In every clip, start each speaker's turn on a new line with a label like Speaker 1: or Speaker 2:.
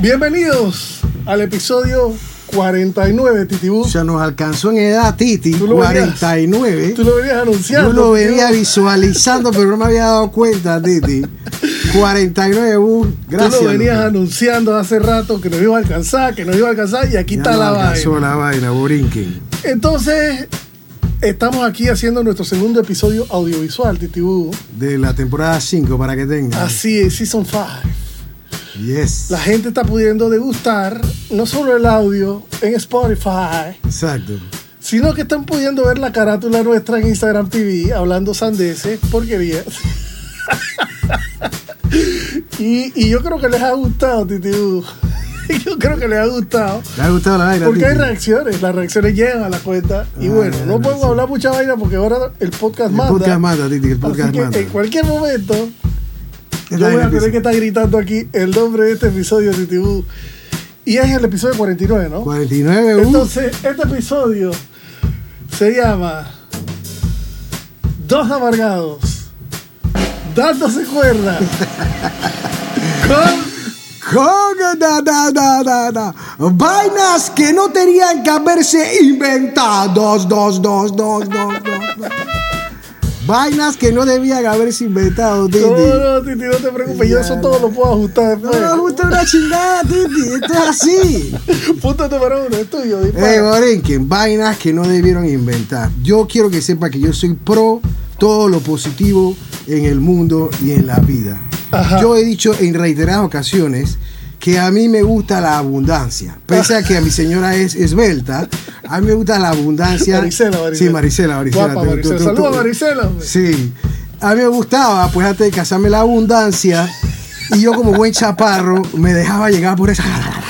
Speaker 1: Bienvenidos al episodio 49 de Titibú.
Speaker 2: Ya nos alcanzó en edad, Titi.
Speaker 1: Tú lo
Speaker 2: 49.
Speaker 1: Tú lo venías anunciando.
Speaker 2: Yo lo
Speaker 1: tío.
Speaker 2: venía visualizando, pero no me había dado cuenta, Titi. 49, uh, gracias.
Speaker 1: Tú lo venías
Speaker 2: loco.
Speaker 1: anunciando hace rato que nos iba a alcanzar, que nos iba a alcanzar y aquí
Speaker 2: Ya
Speaker 1: está
Speaker 2: nos
Speaker 1: la
Speaker 2: alcanzó
Speaker 1: vaina.
Speaker 2: la vaina, Borinquen.
Speaker 1: Entonces, estamos aquí haciendo nuestro segundo episodio audiovisual, Titibú.
Speaker 2: De la temporada 5, para que tenga.
Speaker 1: Así es, Season 5.
Speaker 2: Yes.
Speaker 1: Ah, La gente está pudiendo degustar no solo el audio en Spotify,
Speaker 2: Exacto.
Speaker 1: sino que están pudiendo ver la carátula nuestra en Instagram TV hablando sandeces, porquerías. y, y yo creo que les ha gustado, Titi. Boo. Yo creo que les ha gustado.
Speaker 2: ¿Te ha gustado la vaina?
Speaker 1: Porque hay
Speaker 2: Titi?
Speaker 1: reacciones, las reacciones llegan a la cuenta. Y
Speaker 2: Ah,
Speaker 1: bueno,
Speaker 2: ya,
Speaker 1: no
Speaker 2: ya,
Speaker 1: podemos
Speaker 2: sí.
Speaker 1: hablar mucha vaina porque ahora el podcast
Speaker 2: El
Speaker 1: manda.
Speaker 2: podcast manda, Titi, el podcast
Speaker 1: Así que
Speaker 2: manda.
Speaker 1: en cualquier momento,
Speaker 2: Esta
Speaker 1: yo voy
Speaker 2: vaina
Speaker 1: a tener
Speaker 2: empieza.
Speaker 1: que estar gritando aquí el nombre de este episodio, Titi. Boo. Y es el episodio 49, ¿no?
Speaker 2: 49, uh,
Speaker 1: Entonces, este episodio se llama Dos amargados dándose cuerda con
Speaker 2: Con- da, da, da, da, da. Vainas que no tenían que haberse inventado. Dos, dos, dos, dos, dos, dos, dos. Vainas que no debían haberse inventado, Titi.
Speaker 1: No, no, Titi, no te preocupes, yo eso todo lo puedo ajustar
Speaker 2: No me
Speaker 1: después.
Speaker 2: gusta una chingada, Titi. Esto es así.
Speaker 1: Punto número uno, es tuyo, dispara.
Speaker 2: Eh, Borinquen, vainas que no debieron inventar. Yo quiero que sepa que yo soy pro todo lo positivo en el mundo y en la vida.
Speaker 1: Ajá.
Speaker 2: Yo he dicho en reiteradas ocasiones que a mí me gusta la abundancia. Pese a que a mi señora es esbelta, a mí me gusta la abundancia.
Speaker 1: Maricela, Maricela.
Speaker 2: Sí, Maricela, Maricela.
Speaker 1: Guapa,
Speaker 2: Tú- tú-
Speaker 1: Maricela.
Speaker 2: tú-
Speaker 1: Saluda a
Speaker 2: tú-
Speaker 1: Maricela, hombre.
Speaker 2: Sí. A mí me gustaba, pues antes de casarme, la abundancia. Y yo, como buen chaparro, me dejaba llegar por esa.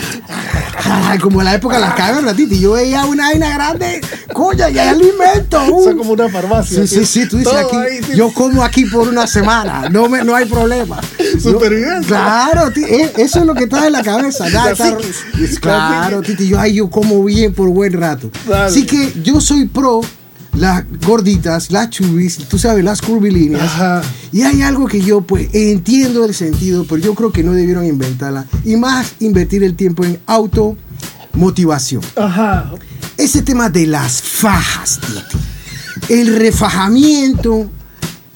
Speaker 2: Como en la época de las cavernas, Titi. Yo veía una vaina grande. Coño, y hay alimento. uh.
Speaker 1: Eso es como una farmacia.
Speaker 2: Sí, sí, sí. Tú dices
Speaker 1: Todo
Speaker 2: aquí.
Speaker 1: ahí, sí.
Speaker 2: Yo como aquí por una semana. No, me, no hay problema. Yo-
Speaker 1: Supervivencia.
Speaker 2: Claro, ti- eh, eso es lo que está en la cabeza. nada,
Speaker 1: La
Speaker 2: está-
Speaker 1: psiquis.
Speaker 2: es-
Speaker 1: La
Speaker 2: claro, Titi. Yo, ay, yo como bien por buen rato.
Speaker 1: Dale.
Speaker 2: Así que yo soy pro las gorditas, las chubis, tú sabes, las curvilíneas.
Speaker 1: Ajá.
Speaker 2: Y hay algo que yo, pues, entiendo el sentido, pero yo creo que no debieron inventarla. Y más invertir el tiempo en automotivación.
Speaker 1: Ajá.
Speaker 2: Ese tema de las fajas, Titi. El refajamiento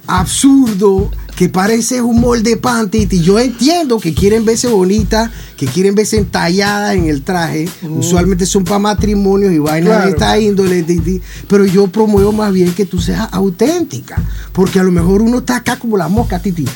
Speaker 2: absurdo que parece un molde de pan, Titi. Yo entiendo que quieren verse bonita, que quieren verse entallada en el traje. Usualmente son para matrimonios y vainas
Speaker 1: Claro.
Speaker 2: de esta índole, Titi. Pero yo promuevo más bien que tú seas auténtica. Porque a lo mejor uno está acá como la mosca, Titi.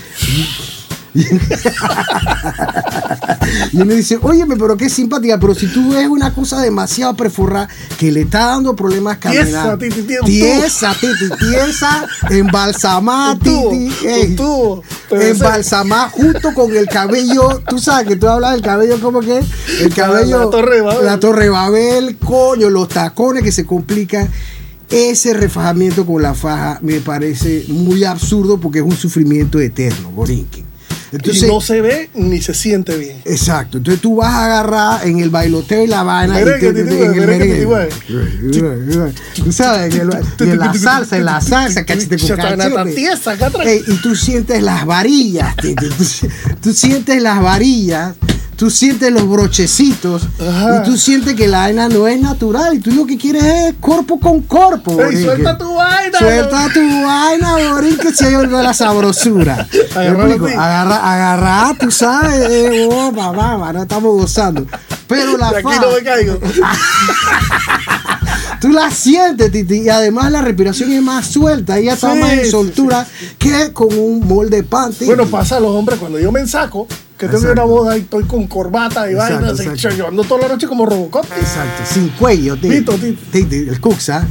Speaker 2: Y me dice, óyeme, pero qué simpática, pero si tú ves una cosa demasiado perforada que le está dando problemas
Speaker 1: Tiesa,
Speaker 2: caminar.
Speaker 1: Titi, tiene un
Speaker 2: Tiesa, titi, tiesa, embalsamada,
Speaker 1: Un tubo,
Speaker 2: Ah, titi, ey.
Speaker 1: un tubo. Pero ese-
Speaker 2: embalsamada junto con el cabello, tú sabes que tú hablas del cabello como que el cabello,
Speaker 1: la Torre de Babel.
Speaker 2: la Torre Babel, coño, los tacones que se complican. Ese refajamiento con la faja me parece muy absurdo porque es un sufrimiento eterno, Borinquen.
Speaker 1: Y no se ve ni se siente bien.
Speaker 2: Exacto, entonces tú vas a agarrar en el bailoteo y la vaina. y te-
Speaker 1: Merengue,
Speaker 2: te- te-
Speaker 1: titibue,
Speaker 2: en el
Speaker 1: merengue,
Speaker 2: merengue. Tú sabes, en, el- y en la salsa, en la salsa, cachete con
Speaker 1: Chatanata
Speaker 2: cachete.
Speaker 1: tiesa, acá atrás.
Speaker 2: Ey, y tú sientes las varillas, ti- ti- tú, si- tú sientes las varillas, tú sientes los brochecitos,
Speaker 1: Ajá.
Speaker 2: y tú sientes que la vaina no es natural, y tú lo que quieres es cuerpo con cuerpo.
Speaker 1: Ey,
Speaker 2: merengue.
Speaker 1: suelta tu vaina.
Speaker 2: Suelta tu vaina, Borín, que se oye la sabrosura.
Speaker 1: Agarralo
Speaker 2: Me explico,
Speaker 1: así.
Speaker 2: Agarra, agarra, tú sabes, eh, oh, mamá, mamá, no estamos gozando. Pero la
Speaker 1: De aquí
Speaker 2: faja,
Speaker 1: no me caigo.
Speaker 2: tú la sientes, Titi, y además la respiración es más suelta, ella está
Speaker 1: Sí,
Speaker 2: más en
Speaker 1: sí,
Speaker 2: soltura que con un molde de pan, Titi.
Speaker 1: Bueno, pasa a los hombres cuando yo me ensaco, que tengo
Speaker 2: Exacto.
Speaker 1: una boda y estoy con corbata y
Speaker 2: Exacto,
Speaker 1: vainas, y
Speaker 2: exacto.
Speaker 1: yo ando toda la noche como Robocop.
Speaker 2: Exacto, sin cuello, Titi.
Speaker 1: Listo, Titi.
Speaker 2: el cuxa,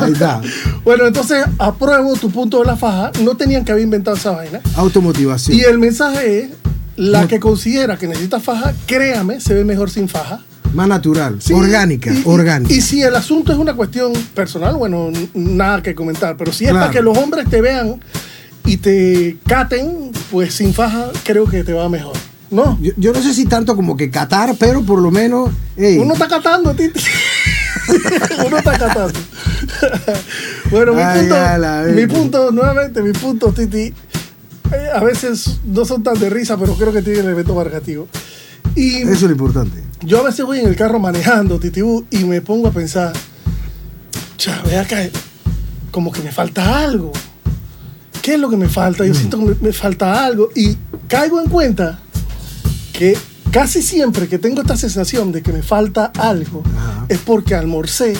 Speaker 2: ahí está.
Speaker 1: Bueno, entonces apruebo tu punto de la faja. No tenían que haber inventado esa vaina.
Speaker 2: Automotivación.
Speaker 1: Y el mensaje es: La
Speaker 2: No.
Speaker 1: que considera que necesita faja, créame, se ve mejor sin faja.
Speaker 2: Más natural,
Speaker 1: Sí,
Speaker 2: orgánica,
Speaker 1: y- y-
Speaker 2: orgánica.
Speaker 1: Y si el asunto es una cuestión personal, bueno, n- nada que comentar. Pero si es para
Speaker 2: Claro.
Speaker 1: que los hombres te vean y te caten, pues sin faja creo que te va mejor. No,
Speaker 2: yo, yo no sé si tanto como que catar, pero por lo menos. ey,
Speaker 1: uno está catando, Titi. uno está catando. bueno, mi
Speaker 2: Ay,
Speaker 1: punto,
Speaker 2: a la
Speaker 1: mi
Speaker 2: verga.
Speaker 1: punto, nuevamente, mi punto, Titi. eh, a veces no son tan de risa, pero creo que tienen evento marcativo. Y
Speaker 2: Eso es lo importante.
Speaker 1: Yo a veces voy en el carro manejando, Titibú, y me pongo a pensar, "Cha, ve acá, como que me falta algo. ¿Qué es lo que me falta?
Speaker 2: Mm.
Speaker 1: Yo siento que me, me falta algo. Y caigo en cuenta que casi siempre que tengo esta sensación de que me falta algo,
Speaker 2: Ajá.
Speaker 1: es porque almorcé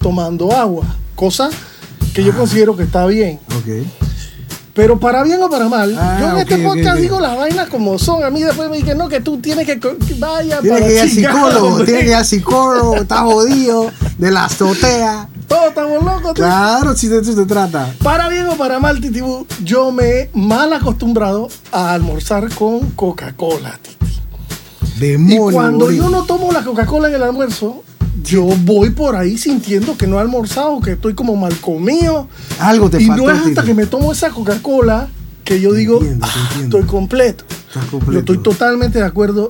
Speaker 1: tomando agua, cosa que
Speaker 2: Ah.
Speaker 1: yo considero que está bien.
Speaker 2: Ok.
Speaker 1: Pero para bien o para mal,
Speaker 2: Ah,
Speaker 1: yo en
Speaker 2: ok,
Speaker 1: este
Speaker 2: ok,
Speaker 1: podcast
Speaker 2: ok.
Speaker 1: digo las vainas como son. A mí después me dicen, no, que tú tienes que... co- que Vaya
Speaker 2: Tiene
Speaker 1: para
Speaker 2: que ir al
Speaker 1: chingar,
Speaker 2: psicólogo,
Speaker 1: hombre".
Speaker 2: tiene que ir al psicólogo, está jodido, de la azotea.
Speaker 1: Todos estamos locos. tú.
Speaker 2: Claro, si de eso se trata.
Speaker 1: Para bien o para mal, Titibú, yo me he mal acostumbrado a almorzar con Coca-Cola, Titi. Y
Speaker 2: Demonio.
Speaker 1: cuando
Speaker 2: boludo.
Speaker 1: yo no tomo la Coca-Cola en el almuerzo, yo voy por ahí sintiendo que no he almorzado, que estoy como mal comido.
Speaker 2: Algo te
Speaker 1: y
Speaker 2: faltó,
Speaker 1: no es hasta
Speaker 2: Titi.
Speaker 1: que me tomo esa Coca-Cola que yo digo,
Speaker 2: entiendo, te
Speaker 1: "Ah,
Speaker 2: entiendo.
Speaker 1: estoy completo.
Speaker 2: Estás completo.
Speaker 1: Yo estoy totalmente de acuerdo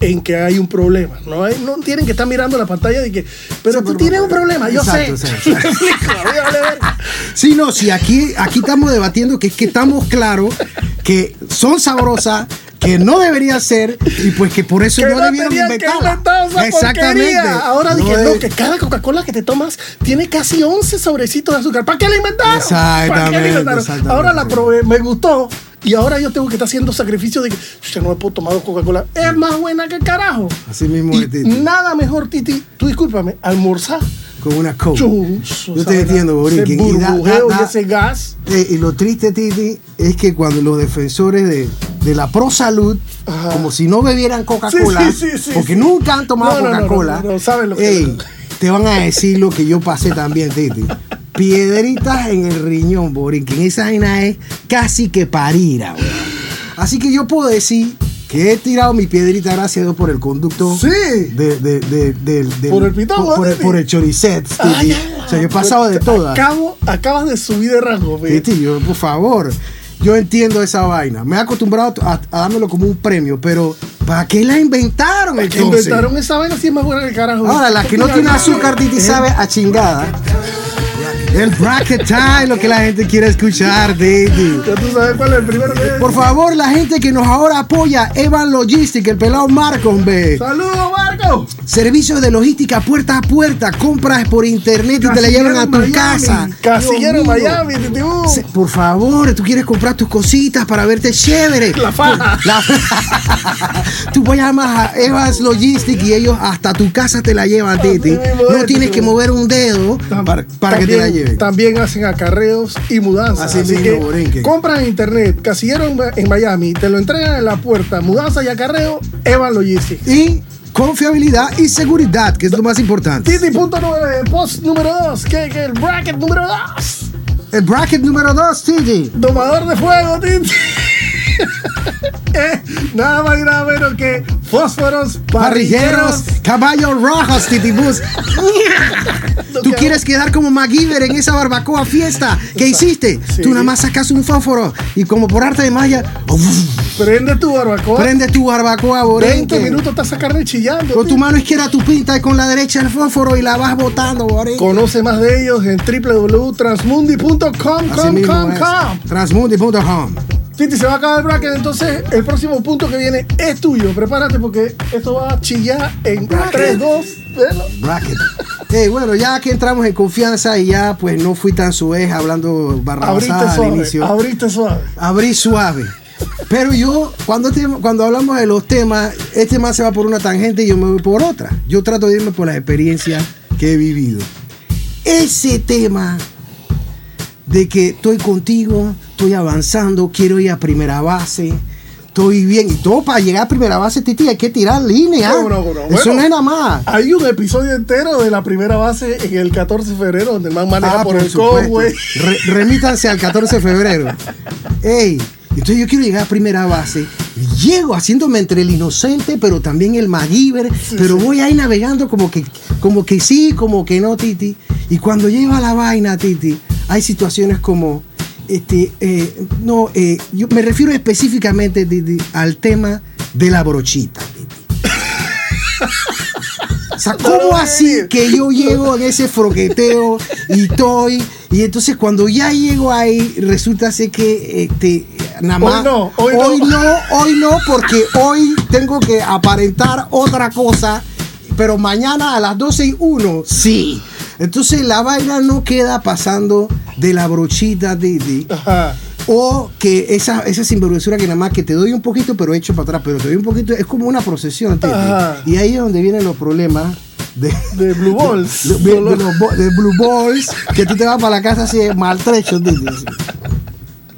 Speaker 1: en que hay un problema. No, hay, no tienen que estar mirando la pantalla de que, pero
Speaker 2: Sí,
Speaker 1: tú
Speaker 2: pero-
Speaker 1: tienes un problema, yo
Speaker 2: Exacto,
Speaker 1: sé.
Speaker 2: exacto, exacto.
Speaker 1: Me explico, a mí vale verga.
Speaker 2: Sí, no, sí, aquí, aquí estamos debatiendo que es que estamos claros que son sabrosas, que no deberían ser y pues que por eso
Speaker 1: que
Speaker 2: no,
Speaker 1: no
Speaker 2: debieron
Speaker 1: tenían que
Speaker 2: inventarla.
Speaker 1: inventar esa porquería. Ahora dije,
Speaker 2: de-
Speaker 1: no, que cada Coca-Cola que te tomas tiene casi 11 sobrecitos de azúcar. ¿Para qué la inventaron? ¿Para qué la
Speaker 2: Exactamente,
Speaker 1: inventaron?
Speaker 2: exactamente.
Speaker 1: Ahora la probé, me gustó. Y ahora yo tengo que estar haciendo sacrificio de que yo no he podido tomar dos Coca-Cola. Es más buena que el carajo.
Speaker 2: Mm. Así mismo
Speaker 1: Y
Speaker 2: es, Titi.
Speaker 1: Nada mejor, Titi. Tú discúlpame, almorzar.
Speaker 2: Con una coke.
Speaker 1: Chuzo,
Speaker 2: Oh. Yo
Speaker 1: esa
Speaker 2: te entiendo,
Speaker 1: vaina,
Speaker 2: Borinquen.
Speaker 1: Ese
Speaker 2: Y da- da-
Speaker 1: burbujeo y
Speaker 2: da-
Speaker 1: ese gas.
Speaker 2: Eh, y lo triste, Titi, es que cuando los defensores de, de la pro salud,
Speaker 1: Ajá.
Speaker 2: como si no bebieran Coca-Cola,
Speaker 1: Sí, sí, sí, sí,
Speaker 2: porque
Speaker 1: sí.
Speaker 2: nunca han tomado
Speaker 1: No, no, no,
Speaker 2: Coca-Cola,
Speaker 1: no, no, saben lo que-
Speaker 2: ey, te van a decir lo que yo pasé también, Titi. Piedritas en el riñón, Borinquen. Esa vaina es casi que parira, weón. Así que yo puedo decir que he tirado mi piedrita, gracias a Dios, por el conducto
Speaker 1: Sí.
Speaker 2: de- de- de- del- del-
Speaker 1: Por el pitón,
Speaker 2: por, por el-
Speaker 1: Titi.
Speaker 2: por el choricet, Titi.
Speaker 1: Ay,
Speaker 2: o sea, yo he pasado de todas.
Speaker 1: Acabo, acabas de subir de rasgo, ve.
Speaker 2: Titi, yo, por favor, yo entiendo esa vaina. Me he acostumbrado a, a dármelo como un premio, pero ¿para qué la inventaron
Speaker 1: Que
Speaker 2: entonces?
Speaker 1: inventaron esa vaina si es más buena que el carajo.
Speaker 2: Ahora, la que no tiene azúcar, Titi, sabe a chingada. El bracket time, lo que la gente quiere escuchar, Titi.
Speaker 1: Ya tú sabes cuál es el primero que es.
Speaker 2: Por favor, la gente que nos ahora apoya, Evan Logistic, el pelado Marcos, hombre.
Speaker 1: ¡Saludos, Marco!
Speaker 2: Servicios de logística puerta a puerta, compras por internet y te la llevan a tu
Speaker 1: Casillero en
Speaker 2: casa.
Speaker 1: Miami. Casillero
Speaker 2: Dios
Speaker 1: en
Speaker 2: mío.
Speaker 1: Miami, Titibú.
Speaker 2: Se- Por favor, tú quieres comprar tus cositas para verte chévere.
Speaker 1: La faja.
Speaker 2: La- tú pues llamas a Evans Logistics y ellos hasta tu casa te la llevan, Titi.
Speaker 1: Así mismo es,
Speaker 2: No tienes
Speaker 1: Titi.
Speaker 2: que mover un dedo
Speaker 1: Tam-
Speaker 2: para, para que te la
Speaker 1: también-
Speaker 2: lleven.
Speaker 1: También hacen acarreos y mudanzas.
Speaker 2: Así
Speaker 1: Así,
Speaker 2: mismo,
Speaker 1: que
Speaker 2: Borinquen.
Speaker 1: compras en internet, casillero en, en Miami, te lo entregan en la puerta, mudanza y acarreo, Evan Logistics.
Speaker 2: Y confiabilidad y seguridad, que es lo más importante.
Speaker 1: Titi, punto número, post número 2, que, que el bracket número 2.
Speaker 2: El bracket número 2, Titi.
Speaker 1: Tomador de fuego, Titi. Eh, nada más y nada menos que fósforos
Speaker 2: Parrilleros,
Speaker 1: parrilleros.
Speaker 2: caballos rojos, Titi Bus. Tú quieres quedar como MacGyver en esa barbacoa fiesta que hiciste.
Speaker 1: Sí.
Speaker 2: Tú nada más sacas un fósforo y como por arte de magia,
Speaker 1: Prende tu barbacoa.
Speaker 2: prende tu barbacoa,
Speaker 1: 20
Speaker 2: Borinquen.
Speaker 1: minutos estás esa carne chillando.
Speaker 2: Con tu
Speaker 1: Titi.
Speaker 2: mano izquierda tú pintas y con la derecha el fósforo y la vas botando, Borinquen.
Speaker 1: Conoce más de ellos en www.transmundi.com.
Speaker 2: Así
Speaker 1: com,
Speaker 2: mismo
Speaker 1: com,
Speaker 2: es.
Speaker 1: com.
Speaker 2: Transmundi.com.
Speaker 1: Titi, se va a acabar el bracket, entonces el próximo punto que viene es tuyo. Prepárate porque esto va a chillar en
Speaker 2: Bracket.
Speaker 1: 3, 2, 0.
Speaker 2: Bracket. Eh, bueno, ya que entramos en confianza y ya pues no fui tan suez hablando
Speaker 1: Abriste
Speaker 2: barrabasada al
Speaker 1: suave,
Speaker 2: inicio.
Speaker 1: abriste suave.
Speaker 2: abrí suave. Pero yo, cuando, te- cuando hablamos de los temas, este más se va por una tangente y yo me voy por otra. Yo trato de irme por las experiencias que he vivido. Ese tema de que estoy contigo, estoy avanzando, quiero ir a primera base, estoy bien. Y todo para llegar a primera base, Titi, hay que tirar línea.
Speaker 1: ¿Cómo no, cómo no?
Speaker 2: Eso
Speaker 1: Bueno.
Speaker 2: no es nada más.
Speaker 1: Hay un episodio entero de la primera base en el 14 de febrero donde el man maneja
Speaker 2: Ah,
Speaker 1: por,
Speaker 2: por
Speaker 1: el
Speaker 2: supuesto.
Speaker 1: Conway.
Speaker 2: Re- remítanse al 14 de febrero. Ey, entonces yo quiero llegar a primera base llego haciéndome entre el inocente, pero también el magíver, pero voy ahí navegando como que, como que sí, como que no, Titi. Y cuando lleva la vaina, Titi, hay situaciones como, este, eh, no, eh, yo me refiero específicamente, Titi, al tema de la brochita, Titi. O sea, ¿cómo así que yo llego en ese froqueteo y estoy? Y entonces cuando ya llego ahí, resulta ser que este, nada más.
Speaker 1: Hoy no, hoy no.
Speaker 2: hoy no, hoy no, porque hoy tengo que aparentar otra cosa, pero mañana a las 12 y 1, sí. Entonces la vaina no queda pasando de la brochita, Didi.
Speaker 1: Ajá.
Speaker 2: O que esa, esa sinvergüenzura que nada más que te doy un poquito, pero echo para atrás, pero te doy un poquito, es como una procesión, Titi.
Speaker 1: Ajá.
Speaker 2: Y ahí es donde vienen los problemas de,
Speaker 1: De Blue Balls.
Speaker 2: de- de los bo- de Blue Balls, que tú te vas para la casa así maltrecho, Titi. así.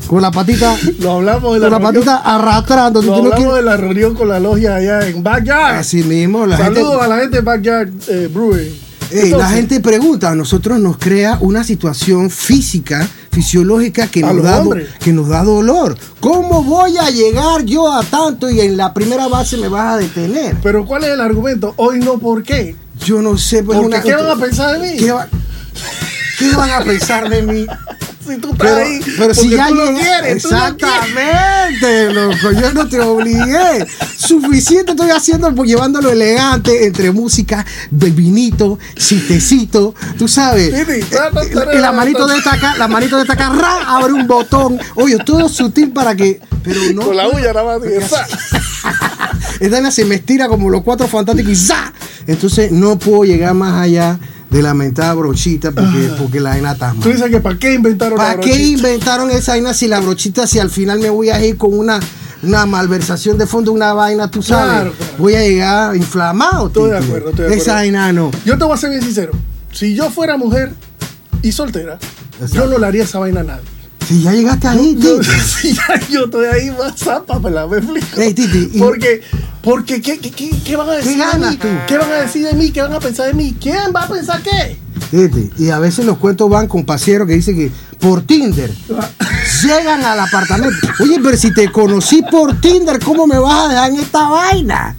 Speaker 2: Con la patita,
Speaker 1: Lo hablamos de
Speaker 2: con
Speaker 1: la,
Speaker 2: la
Speaker 1: reunión,
Speaker 2: patita arrastrando.
Speaker 1: lo
Speaker 2: tú no
Speaker 1: hablamos
Speaker 2: quieres-
Speaker 1: de la reunión con la logia allá en Backyard.
Speaker 2: Así mismo, la gente.
Speaker 1: Saludos a la gente de Backyard eh, Brewing.
Speaker 2: Ey, la
Speaker 1: Entonces,
Speaker 2: gente pregunta, a nosotros nos crea una situación física, fisiológica que
Speaker 1: A
Speaker 2: nos,
Speaker 1: los
Speaker 2: da, do-
Speaker 1: hombres.
Speaker 2: que nos da dolor. ¿Cómo voy a llegar yo a tanto y en la primera base me vas a detener?
Speaker 1: Pero ¿cuál es el argumento? Hoy no, ¿por qué?
Speaker 2: Yo no sé, pero
Speaker 1: Porque
Speaker 2: Pues una-
Speaker 1: ¿qué van a pensar de mí?
Speaker 2: ¿Qué, va- qué van a pensar de mí?
Speaker 1: Si tú estás
Speaker 2: Pero,
Speaker 1: ahí,
Speaker 2: pero si
Speaker 1: porque
Speaker 2: ya
Speaker 1: tú lo
Speaker 2: llega-
Speaker 1: quieres, tú lo quieres.
Speaker 2: Exactamente, loco. Yo no te obligué. Suficiente estoy haciendo por llevándolo elegante entre música, de vinito, chistecito, tú sabes.
Speaker 1: Titi, ya no te
Speaker 2: Eh, Y la manito de esta acá, la manito de esta acá, ra, abre un botón. Oye, todo sutil para que. Pero no.
Speaker 1: Con la uña nada más. esa.
Speaker 2: Esta vaina se me estira como los cuatro fantásticos y ¡za! Entonces no puedo llegar más allá de la mentada brochita
Speaker 1: Ah.
Speaker 2: porque, porque la vaina está mal.
Speaker 1: Tú dices que ¿para qué inventaron la
Speaker 2: ¿Para qué
Speaker 1: brochita?
Speaker 2: inventaron esa vaina si la brochita, si al final me voy a ir con una, una malversación de fondo, una vaina, tú sabes?
Speaker 1: Claro, claro.
Speaker 2: Voy a llegar inflamado.
Speaker 1: Estoy de
Speaker 2: Titi.
Speaker 1: acuerdo, estoy de acuerdo.
Speaker 2: Esa vaina no.
Speaker 1: Yo te voy a ser bien sincero. Si yo fuera mujer y soltera, yo no le haría esa vaina a nadie.
Speaker 2: Si ya llegaste ahí,
Speaker 1: Yo,
Speaker 2: Titi.
Speaker 1: si ya yo estoy ahí, más zapa, me la me explico.
Speaker 2: Ey, Titi, y-
Speaker 1: porque, porque ¿qué, qué, qué, qué van a decir de
Speaker 2: ganas
Speaker 1: mí?
Speaker 2: tú?
Speaker 1: ¿Qué van a decir de mí? ¿Qué van a pensar de mí? ¿Quién va a pensar qué?
Speaker 2: Titi. Y a veces los cuentos van con pasieros que dicen que por Tinder llegan al apartamento. Oye, pero si te conocí por Tinder, ¿cómo me vas a dejar en esta vaina?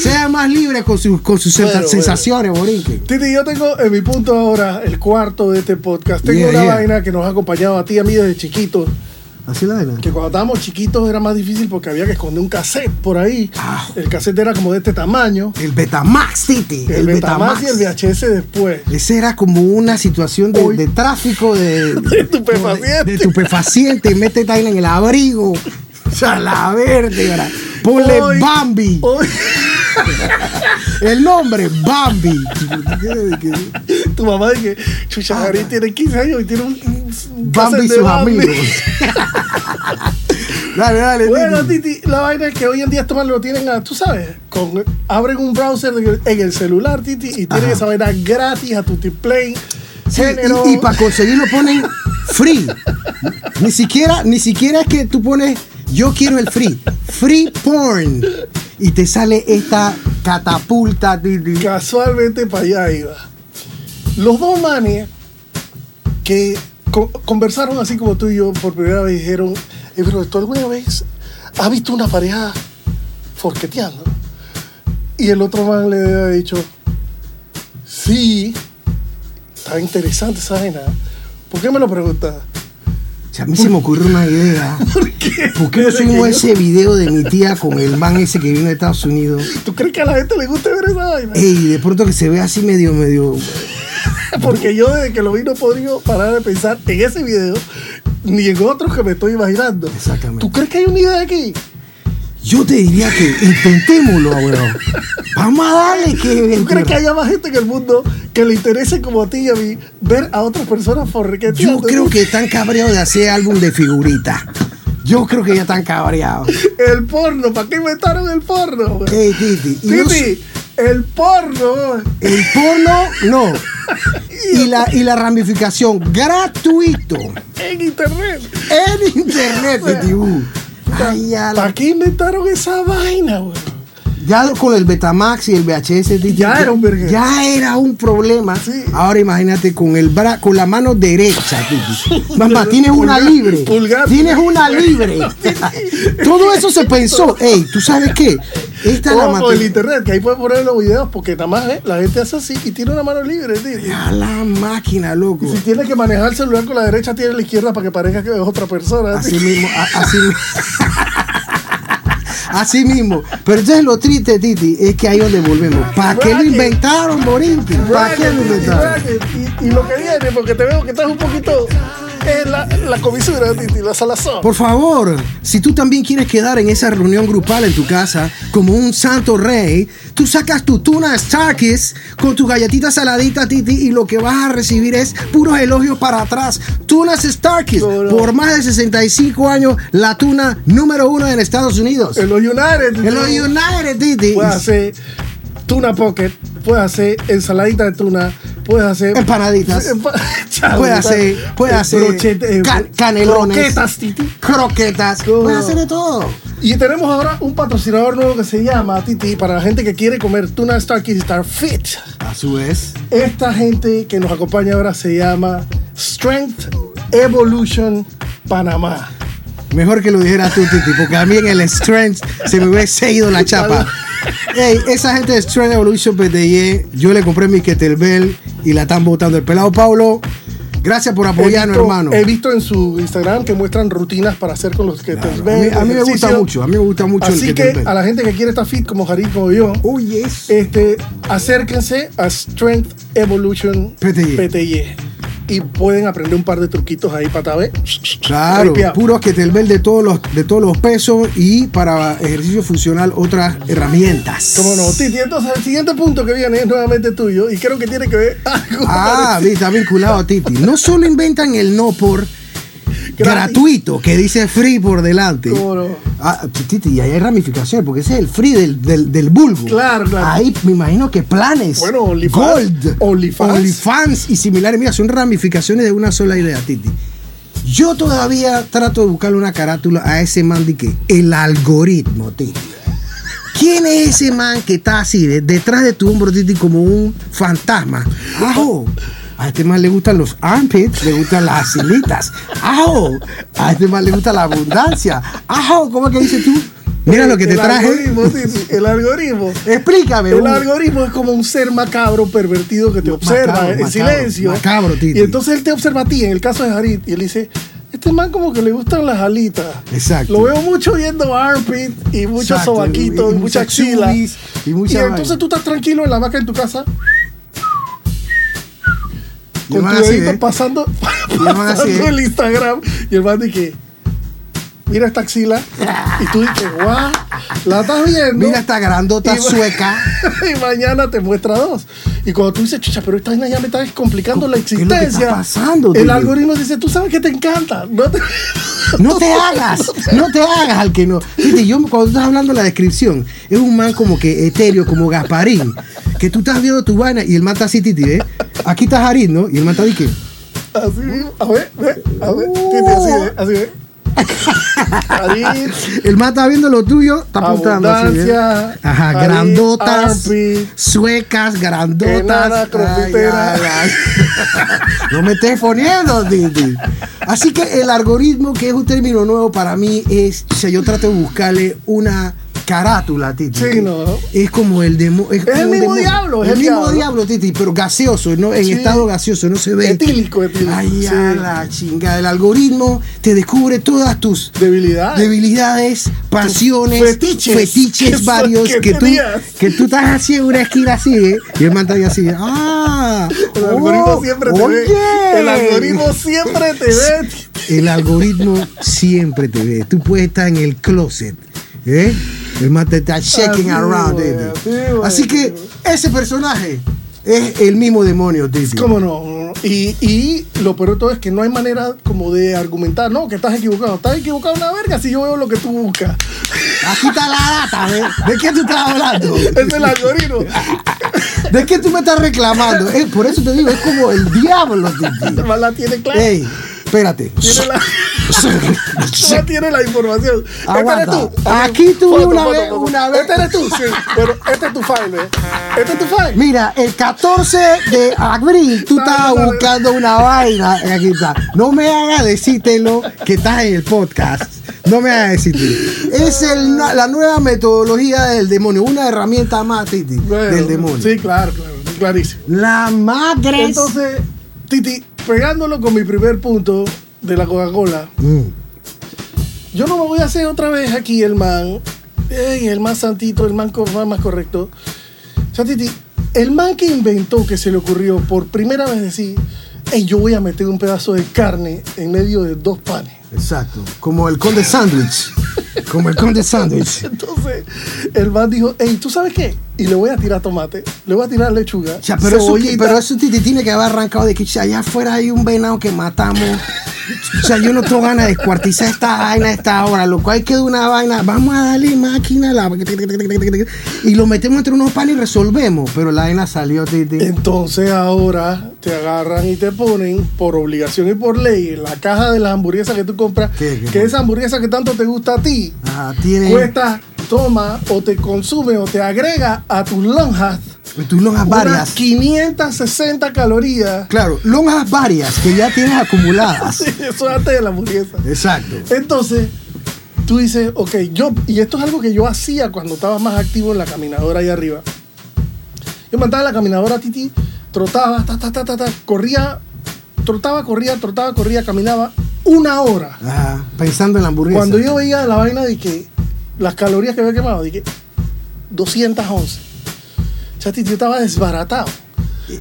Speaker 2: Sea más libre con, sus con sus
Speaker 1: Bueno, bueno.
Speaker 2: sensaciones, Borinque.
Speaker 1: Titi, yo tengo en mi punto ahora, el cuarto de este podcast, tengo
Speaker 2: Yeah,
Speaker 1: una
Speaker 2: yeah.
Speaker 1: vaina que nos ha acompañado a ti y a mí desde chiquitos.
Speaker 2: Así la vaina.
Speaker 1: Que cuando estábamos chiquitos era más difícil porque había que esconder un cassette por ahí.
Speaker 2: Ah.
Speaker 1: El cassette era como de este tamaño.
Speaker 2: El Betamax, Titi.
Speaker 1: El, Betamax, y el VHS después.
Speaker 2: Ese era como una situación de,
Speaker 1: Uy.
Speaker 2: de tráfico de,
Speaker 1: De estupefaciente.
Speaker 2: de estupefaciente. Mete esta vaina en el abrigo. O sea, la vértebra. Ponle
Speaker 1: Hoy-
Speaker 2: Bambi.
Speaker 1: Hoy,
Speaker 2: El nombre, Bambi.
Speaker 1: tu mamá dice, chucha, Gary tiene 15 años y tiene un, un- un
Speaker 2: Ah, Bambi y
Speaker 1: cassette de
Speaker 2: sus
Speaker 1: Bambi".
Speaker 2: amigos. dale, dale.
Speaker 1: Bueno,
Speaker 2: Titi.
Speaker 1: Titi, la vaina es que hoy en día estos manes lo tienen, a- tú sabes, con, abren un browser en el, en el celular, Titi, y tienen esa vaina gratis a tu play
Speaker 2: Sí, y, para conseguirlo ponen free. Ni siquiera, ni siquiera es que tú pones yo quiero el free. Free porn. Y te sale esta catapulta. di- di.
Speaker 1: Casualmente para allá iba. Los dos manes que co- conversaron así como tú y yo por primera vez dijeron, "Eh, pero ¿tú alguna vez has visto una pareja forqueteando? Y el otro man le había dicho, sí, está interesante esa vaina. ¿Por qué me lo preguntas?
Speaker 2: O sea, a mí se me ocurrió una idea.
Speaker 1: ¿Por qué?
Speaker 2: ¿Por qué no subimos ese video de mi tía con el man ese que vino de Estados Unidos?
Speaker 1: ¿Tú crees que a la gente le gusta ver esa vaina?
Speaker 2: Ey, de pronto que se ve así medio, medio.
Speaker 1: Porque yo desde que lo vi no he podido parar de pensar en ese video ni en otros que me estoy imaginando.
Speaker 2: Exactamente.
Speaker 1: ¿Tú crees que hay una idea aquí?
Speaker 2: Yo te diría que intentémoslo, weón. Vamos a darle que.
Speaker 1: ¿Tú crees que haya más gente en el mundo que le interese como a ti y a mí ver a otras personas
Speaker 2: Yo
Speaker 1: forqueteando?
Speaker 2: creo que están cabreados de hacer álbum de figuritas. Yo creo que ya están cabreados.
Speaker 1: El porno, ¿para qué inventaron el porno? güey?
Speaker 2: Ey, Titi, y no sé-
Speaker 1: Titi, el porno.
Speaker 2: el porno, no. Y la, y la ramificación gratuito
Speaker 1: En internet.
Speaker 2: en internet, Titi. uh. Ay, a la-
Speaker 1: ¿Para qué inventaron esa vaina, güey?
Speaker 2: Ya con el Betamax y el VHS, Titi,
Speaker 1: Ya era un verguero.
Speaker 2: Ya era un problema.
Speaker 1: Sí.
Speaker 2: Ahora imagínate con el bra con la mano derecha, Titi. Mamá, tienes una
Speaker 1: Pulgar-
Speaker 2: libre.
Speaker 1: pulgar.
Speaker 2: Tienes una libre. Todo eso se pensó. Ey, ¿tú sabes qué? Esta es la
Speaker 1: O, o el
Speaker 2: materia.
Speaker 1: internet, que ahí puedes poner los videos, porque nada más eh, la gente hace así y tiene una mano libre, Titi.
Speaker 2: A la máquina, loco.
Speaker 1: Y si tiene que manejar el celular con la derecha, tiene la izquierda para que parezca que es otra persona.
Speaker 2: Así mismo, a- así mi- Así mismo. Pero entonces lo triste, Titi, es que ahí donde volvemos. ¿Para qué lo
Speaker 1: Bracket.
Speaker 2: inventaron, Morinqui? ¿Para qué lo
Speaker 1: Bracket, Titi,
Speaker 2: inventaron?
Speaker 1: bracket. y, y lo que viene, porque te veo que estás un poquito en la, la comisura, Titi, la salazón.
Speaker 2: Por favor, si tú también quieres quedar en esa reunión grupal en tu casa como un santo rey, tú sacas tu tuna Starkis con tu galletita saladita, Titi, y lo que vas a recibir es puros elogios para atrás. Tunas Starkis,
Speaker 1: No, no.
Speaker 2: por más de 65 años, la tuna número uno en Estados Unidos.
Speaker 1: En los United. Titi.
Speaker 2: En los United, Titi.
Speaker 1: Puedes hacer tuna pocket, puedes hacer ensaladita de tuna, puedes hacer.
Speaker 2: Empanaditas.
Speaker 1: Empa- Chao,
Speaker 2: Puede
Speaker 1: está-
Speaker 2: hacer, puede
Speaker 1: eh,
Speaker 2: hacer
Speaker 1: brochete, eh,
Speaker 2: can- canelones,
Speaker 1: croquetas, Titi.
Speaker 2: croquetas,
Speaker 1: No.
Speaker 2: puede hacer de todo.
Speaker 1: Y tenemos ahora un patrocinador nuevo que se llama Titi para la gente que quiere comer tuna Starkey Star Fit.
Speaker 2: A su vez,
Speaker 1: Esta gente que nos acompaña ahora se llama Strength Evolution Panamá.
Speaker 2: mejor que lo dijeras tú, Titi, porque a mí en el Strength se me hubiese ido la chapa. Ey, esa gente de Strength Evolution PTY, yo le compré mi Ketelbel y la están botando. El pelado Paulo, gracias por apoyarnos,
Speaker 1: He visto-
Speaker 2: hermano.
Speaker 1: He visto en su Instagram que muestran rutinas para hacer con los que te
Speaker 2: Claro, a mí-
Speaker 1: ven.
Speaker 2: a mí me gusta
Speaker 1: ejercicio.
Speaker 2: mucho, a mí me gusta mucho el
Speaker 1: Así
Speaker 2: que
Speaker 1: que,
Speaker 2: te ven.
Speaker 1: a la gente que quiere estar fit como Jarín, como yo,
Speaker 2: Oh, yes.
Speaker 1: este, acérquense a Strength Evolution
Speaker 2: PTY.
Speaker 1: Y pueden aprender un par de truquitos ahí para tal vez.
Speaker 2: Claro,
Speaker 1: Ripiao.
Speaker 2: puros Ketelbel de todos los de todos los pesos y para ejercicio funcional otras herramientas.
Speaker 1: Cómo no, Titi. Entonces, el siguiente punto que viene es nuevamente tuyo y creo que tiene que ver algo
Speaker 2: Ah,
Speaker 1: parecido.
Speaker 2: vi, está vinculado a Titi. No solo inventan el no por gratuito, que dice free por delante.
Speaker 1: Cómo no.
Speaker 2: Ah, Titi, y ahí hay ramificaciones, porque ese es el free del, del, del vulgo.
Speaker 1: Claro, claro.
Speaker 2: Ahí me imagino que planes.
Speaker 1: Bueno, OnlyFans,
Speaker 2: Gold.
Speaker 1: OnlyFans.
Speaker 2: OnlyFans y similares. Mira, son ramificaciones de una sola idea, Titi. Yo todavía trato de buscarle una carátula a ese man de que el algoritmo, Titi. ¿Quién es ese man que está así, de- detrás de tu hombro, Titi, como un fantasma? ¡Ajo! A este man le gustan los armpits, le gustan las silitas. ¡Ajo! A este man le gusta la abundancia. ¡Ajo! ¿Cómo es que dices tú? Mira lo que te
Speaker 1: El
Speaker 2: traje.
Speaker 1: algoritmo, Titi, el algoritmo.
Speaker 2: Explícame.
Speaker 1: El
Speaker 2: un-
Speaker 1: algoritmo es como un ser macabro pervertido que te
Speaker 2: Macabro,
Speaker 1: observa en
Speaker 2: macabro,
Speaker 1: silencio.
Speaker 2: macabro, Titi.
Speaker 1: Y entonces él te observa a ti, en el caso de Harit, y él dice, este man como que le gustan las alitas.
Speaker 2: Exacto.
Speaker 1: Lo veo mucho viendo armpit y muchos
Speaker 2: Exacto,
Speaker 1: sobaquitos
Speaker 2: y-
Speaker 1: y,
Speaker 2: y
Speaker 1: mucha
Speaker 2: muchas
Speaker 1: axila.
Speaker 2: chubis, y mucha vaina.
Speaker 1: entonces tú estás tranquilo en la vaca en tu casa.
Speaker 2: Y
Speaker 1: Con
Speaker 2: van
Speaker 1: tu
Speaker 2: así,
Speaker 1: dedito
Speaker 2: ¿eh?
Speaker 1: pasando,
Speaker 2: el man así,
Speaker 1: pasando
Speaker 2: ¿eh?
Speaker 1: el Instagram. Y el man dice, mira esta axila. Y tú dices, guau, la estás viendo.
Speaker 2: Mira esta grandota
Speaker 1: Y-
Speaker 2: sueca.
Speaker 1: y mañana te muestra dos. Y cuando tú dices, chucha, pero esta vaina ya me está complicando la
Speaker 2: ¿Qué es lo que está
Speaker 1: existencia.
Speaker 2: pasando,
Speaker 1: el
Speaker 2: tío?
Speaker 1: algoritmo dice, tú sabes que te encanta. No te,
Speaker 2: No te hagas, no te hagas al que no. Fíjate, yo cuando tú estás hablando de la descripción, es un man como que etéreo, como Gasparín, que tú estás viendo tu vaina y el man está así, Titi, ¿eh? Aquí está Jarid, ¿no? Y el man está así que.
Speaker 1: Así mismo. A ver, ve, a ver.
Speaker 2: Uh.
Speaker 1: Titi, así ve, así ve. Ahí,
Speaker 2: El man está viendo lo tuyo, está apuntando así. ¿eh?
Speaker 1: Abundancia,
Speaker 2: Ajá,
Speaker 1: Jarid,
Speaker 2: grandotas,
Speaker 1: armpit.
Speaker 2: suecas, grandotas.
Speaker 1: Enana, crossfitera.
Speaker 2: No me estés poniendo, Titi. Así que el algoritmo, que es un término nuevo para mí, es. O sea, yo trato de buscarle una carátula, Titi.
Speaker 1: Sí, ¿no?
Speaker 2: Es como el demo. Es, como
Speaker 1: el
Speaker 2: un
Speaker 1: mismo
Speaker 2: demonio.
Speaker 1: diablo, es
Speaker 2: El,
Speaker 1: el
Speaker 2: mismo
Speaker 1: diablo.
Speaker 2: diablo, Titi, pero gaseoso, ¿no? En
Speaker 1: Sí.
Speaker 2: estado gaseoso, no se ve.
Speaker 1: Etílico, etílico,
Speaker 2: Ay, a
Speaker 1: sí.
Speaker 2: la chinga. El algoritmo te descubre todas tus
Speaker 1: debilidad.
Speaker 2: debilidades, pasiones,
Speaker 1: fetiches.
Speaker 2: fetiches
Speaker 1: ¿Qué son-
Speaker 2: varios
Speaker 1: qué
Speaker 2: que tú,
Speaker 1: tenías?
Speaker 2: que tú estás así en una esquina así, ¿eh? Y el man está ahí así, ¡ah!
Speaker 1: el algoritmo
Speaker 2: oh,
Speaker 1: siempre te
Speaker 2: oye.
Speaker 1: ve. El algoritmo siempre te ve.
Speaker 2: El algoritmo siempre te ve. Tú puedes estar en el closet, ¿eh? El man te está checking
Speaker 1: Así,
Speaker 2: around,
Speaker 1: güey,
Speaker 2: baby.
Speaker 1: así, güey.
Speaker 2: Así que ese personaje es el mismo demonio, Titi.
Speaker 1: ¿Cómo no? Y, y lo peor de todo es que no hay manera como de argumentar, no, que estás equivocado. Estás equivocado una verga si yo veo lo que tú buscas.
Speaker 2: Aquí está la data, ¿ves? ¿De qué tú estás hablando?
Speaker 1: Es el algoritmo.
Speaker 2: ¿De qué tú me estás reclamando? Eh, por eso te digo, es como el diablo, Titi.
Speaker 1: El man la tiene clara.
Speaker 2: Ey, espérate.
Speaker 1: Tiene la- Tú no tienes la información.
Speaker 2: Aguanta.
Speaker 1: Este eres tú. Ok,
Speaker 2: Aquí tuve
Speaker 1: foto,
Speaker 2: una
Speaker 1: foto,
Speaker 2: vez-
Speaker 1: foto.
Speaker 2: una vez-
Speaker 1: Este eres tú, sí. Pero este es tu file, ¿eh? Este es tu file.
Speaker 2: Mira, el 14 de abril tú
Speaker 1: No,
Speaker 2: estabas
Speaker 1: no, no.
Speaker 2: buscando una vaina. eh, Aquí está. No me hagas decírtelo que estás en el podcast. No me hagas decírtelo. Es el- la nueva metodología del demonio. Una herramienta más, Titi,
Speaker 1: Bueno,
Speaker 2: del demonio.
Speaker 1: Sí, claro, claro. Clarísimo.
Speaker 2: La madre. es-
Speaker 1: Entonces, Titi, pegándolo con mi primer punto de la Coca-Cola,
Speaker 2: Mm.
Speaker 1: yo no me voy a hacer otra vez aquí el man, ey, el más santito, el man co- más correcto. O sea, Titi, el man que inventó, que se le ocurrió por primera vez decir, "Ey, yo voy a meter un pedazo de carne en medio de dos panes.
Speaker 2: Exacto. Como el conde sándwich. Como el conde sándwich.
Speaker 1: Entonces, el man dijo, hey, ¿tú sabes qué? Y le voy a tirar tomate, le voy a tirar lechuga,
Speaker 2: Ya, pero, eso,
Speaker 1: cebollita".
Speaker 2: pero eso Titi tiene que haber arrancado de que "Che, allá afuera hay un venado que matamos. O sea, yo no tengo ganas de descuartizar esta vaina a esta hora, loco. Hay que de una vaina. Vamos a darle máquina a la... y lo metemos entre unos panes y resolvemos. Pero la vaina salió, Titi.
Speaker 1: Entonces ahora te agarran y te ponen por obligación y por ley en la caja de las hamburguesas que tú compras,
Speaker 2: ¿Qué, Ah. qué?
Speaker 1: que esa hamburguesa que tanto te gusta a ti,
Speaker 2: Ajá, tiene.
Speaker 1: cuesta, toma o te consume o te agrega a tus lonjas
Speaker 2: Tú lonjas
Speaker 1: unas
Speaker 2: varias.
Speaker 1: 560 calorías.
Speaker 2: Claro, lonjas varias que ya tienes acumuladas.
Speaker 1: Eso es antes de la hamburguesa.
Speaker 2: Exacto.
Speaker 1: Entonces, tú dices, ok, yo, y esto es algo que yo hacía cuando estaba más activo en la caminadora ahí arriba. Yo mandaba la caminadora Titi, trotaba, ta, ta, ta, ta, ta, corría, trotaba, corría, trotaba, corría, caminaba una hora.
Speaker 2: Ajá, pensando en la hamburguesa.
Speaker 1: Cuando yo veía la vaina de que las calorías que había quemado, dije 211. O sea, Titi, yo estaba desbaratado.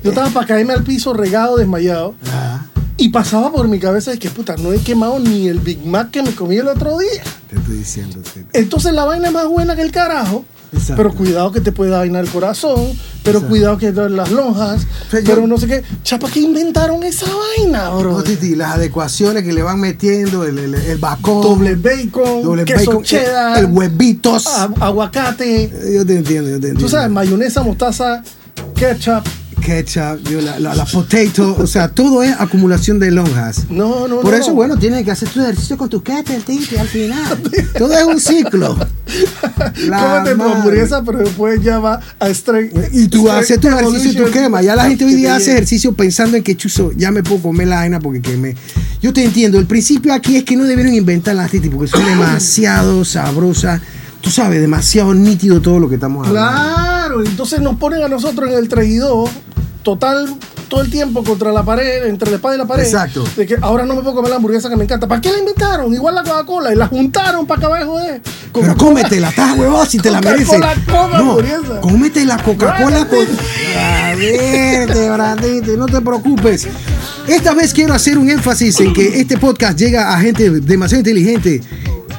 Speaker 1: Yo estaba para caerme al piso regado, desmayado.
Speaker 2: Ajá.
Speaker 1: Y pasaba por mi cabeza de que puta, no he quemado ni el Big Mac que me comí el otro día.
Speaker 2: Te estoy diciendo, Titi.
Speaker 1: Entonces la vaina es más buena que el carajo.
Speaker 2: Exacto.
Speaker 1: Pero cuidado que te puede dar vaina el corazón. Pero
Speaker 2: Exacto.
Speaker 1: cuidado que te dan las lonjas.
Speaker 2: Pero yo-
Speaker 1: pero no sé qué. Chapa, ¿qué inventaron esa vaina, bro?
Speaker 2: No, Titi, las adecuaciones que le van metiendo, el, el, el bacón,
Speaker 1: Doble bacon,
Speaker 2: doble
Speaker 1: queso
Speaker 2: bacon,
Speaker 1: cheddar,
Speaker 2: el, el huevitos.
Speaker 1: a- aguacate.
Speaker 2: Yo te entiendo, yo te entiendo.
Speaker 1: Tú sabes, mayonesa, mostaza, ketchup.
Speaker 2: Ketchup, yo la, la, la potato, o sea, todo es acumulación de lonjas.
Speaker 1: No, no, no.
Speaker 2: Por eso,
Speaker 1: no.
Speaker 2: bueno, tienes que hacer tu ejercicio con tu ketchup, Titi, al final. todo es un ciclo. la
Speaker 1: Cómete tu
Speaker 2: madre.
Speaker 1: hamburguesa, pero después ya va a strength.
Speaker 2: Y tú
Speaker 1: strength
Speaker 2: haces tu ejercicio y tú
Speaker 1: evolution.
Speaker 2: quemas. Ya la gente hoy
Speaker 1: Que te
Speaker 2: día hace
Speaker 1: llene.
Speaker 2: ejercicio pensando en que chuzo, ya me puedo comer la vaina porque quemé. Yo te entiendo, el principio aquí es que no debieron inventar las titi porque son demasiado sabrosas. Tú sabes, demasiado nítido todo lo que estamos hablando.
Speaker 1: Claro, entonces nos ponen a nosotros en el 3 y 2, total, todo el tiempo contra la pared, entre la espada y la pared.
Speaker 2: Exacto.
Speaker 1: De que ahora no me puedo comer la hamburguesa que me encanta. ¿Para qué la inventaron? Igual la Coca-Cola y la juntaron para acabar de joder.
Speaker 2: Pero
Speaker 1: Coca-Cola-
Speaker 2: cómetela, estás huevado si te la mereces.
Speaker 1: Coca-Cola con hamburguesa.
Speaker 2: No, cómete la Coca-Cola
Speaker 1: Claro,
Speaker 2: con. A verte, Brandito, no te preocupes. Esta vez quiero hacer un énfasis en que este podcast llega a gente demasiado inteligente.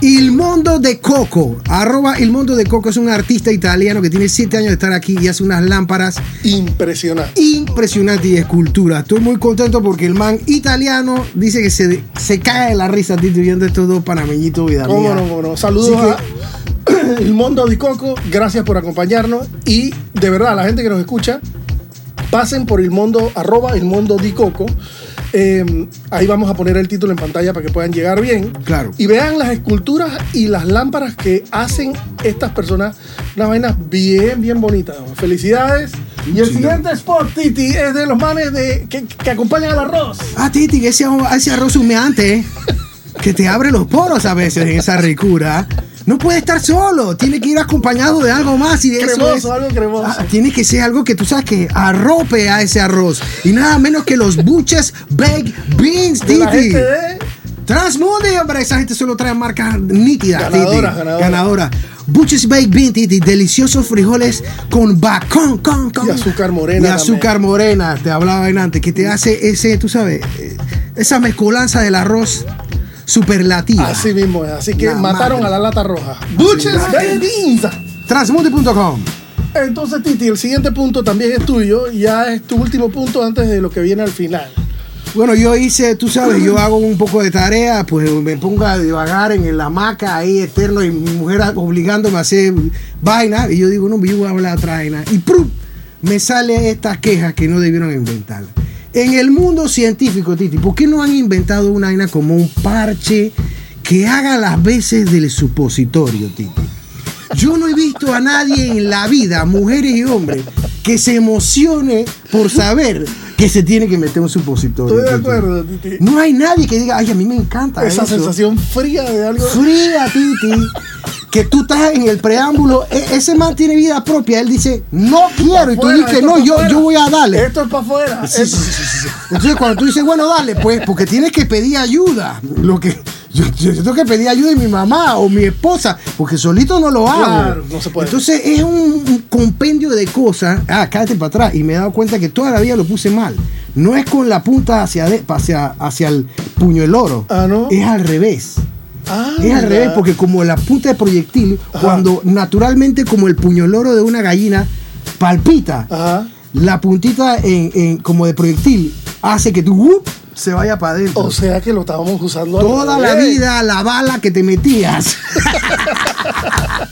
Speaker 2: Il Mondo de Coco, arroba Il Mondo de Coco, es un artista italiano que tiene 7 años de estar aquí y hace unas lámparas
Speaker 1: Impresionante.
Speaker 2: impresionantes y esculturas. Estoy muy contento porque el man italiano dice que se, se cae de la risa Tito, viendo estos dos panameñitos vida
Speaker 1: ¿Cómo
Speaker 2: mía.
Speaker 1: no, cómo no? Saludos
Speaker 2: Así que-
Speaker 1: a El Mundo de Coco, gracias por acompañarnos y de verdad a la gente que nos escucha, pasen por el mundo arroba el mundo di coco Eh, ahí vamos a poner el título en pantalla para que puedan llegar bien
Speaker 2: Claro.
Speaker 1: y vean las esculturas y las lámparas que hacen estas personas unas vainas bien bien bonitas felicidades y el
Speaker 2: Sí.
Speaker 1: siguiente spot Titi es de los manes de, que, que acompañan al arroz
Speaker 2: Ah, Titi, que ese, ese arroz humeante eh, que te abre los poros a veces en esa ricura. No puede estar solo, tiene que ir acompañado de algo más y de eso
Speaker 1: Cremoso,
Speaker 2: es-
Speaker 1: algo cremoso.
Speaker 2: Ah, tiene que ser algo que tú sabes que arrope a ese arroz y nada menos que los buches baked beans,
Speaker 1: de la
Speaker 2: Titi.
Speaker 1: gente ¿eh? de
Speaker 2: Transmundi, hombre, esa gente solo trae marcas nítidas.
Speaker 1: Ganadoras,
Speaker 2: Titi.
Speaker 1: ganadoras.
Speaker 2: Ganadora. Buches Baked Bean, Titi. Deliciosos frijoles con bacon, con, con.
Speaker 1: Y azúcar morena
Speaker 2: Y azúcar morena, te hablaba en antes, que te hace ese, tú sabes, eh, esa mezcolanza del arroz superlativa.
Speaker 1: Así mismo es. Así que
Speaker 2: Ah. La
Speaker 1: mataron
Speaker 2: madre.
Speaker 1: a la lata roja. Buches
Speaker 2: la-
Speaker 1: de beans.
Speaker 2: Transmundi.com.
Speaker 1: Entonces, Titi, el siguiente punto también es tuyo. Ya es tu último punto antes de lo que viene al final.
Speaker 2: Bueno, yo hice, tú sabes, yo hago un poco de tarea, pues me pongo a divagar en la hamaca ahí eterno y mi mujer obligándome a hacer vaina. Y yo digo, no, yo voy a hablar otra vaina. Y ¡prum! me sale estas quejas que no debieron inventar. En el mundo científico, Titi, ¿por qué no han inventado una vaina como un parche que haga las veces del supositorio, Titi? Yo no he visto a nadie en la vida, mujeres y hombres, que se emocione por saber que se tiene que meter un supositorio.
Speaker 1: Estoy de
Speaker 2: Titi.
Speaker 1: acuerdo, Titi.
Speaker 2: No hay nadie que diga, ay, a mí me encanta
Speaker 1: Esa
Speaker 2: eso".
Speaker 1: sensación fría de algo.
Speaker 2: Fría, Titi. Que tú estás en el preámbulo, E- ese man tiene vida propia. Él dice, no quiero. Y tú
Speaker 1: Fuera,
Speaker 2: dices,
Speaker 1: esto
Speaker 2: no,
Speaker 1: pa'
Speaker 2: yo,
Speaker 1: fuera.
Speaker 2: yo voy a darle.
Speaker 1: Esto es para afuera.
Speaker 2: Sí, sí, sí, sí, sí. Entonces cuando tú dices, bueno, dale, pues, porque tienes que pedir ayuda. Lo que yo, yo- yo tengo que pedir ayuda de mi mamá o mi esposa, porque solito no lo hago.
Speaker 1: Claro, no se puede.
Speaker 2: Entonces es un, un compendio de cosas. Ah, cállate para atrás. Y me he dado cuenta que toda la vida lo puse mal. No es con la punta hacia, de- hacia, hacia el puño del oro.
Speaker 1: Ah, ¿no?
Speaker 2: Es al revés.
Speaker 1: Ah,
Speaker 2: Es al
Speaker 1: mira.
Speaker 2: revés, porque como la punta de proyectil, cuando naturalmente como el puñoloro de una gallina palpita,
Speaker 1: Ajá.
Speaker 2: la puntita en, en- como de proyectil hace que tu ¡wup! se vaya para adentro.
Speaker 1: O sea que lo estábamos usando al
Speaker 2: Toda la
Speaker 1: revés.
Speaker 2: vida la bala que te metías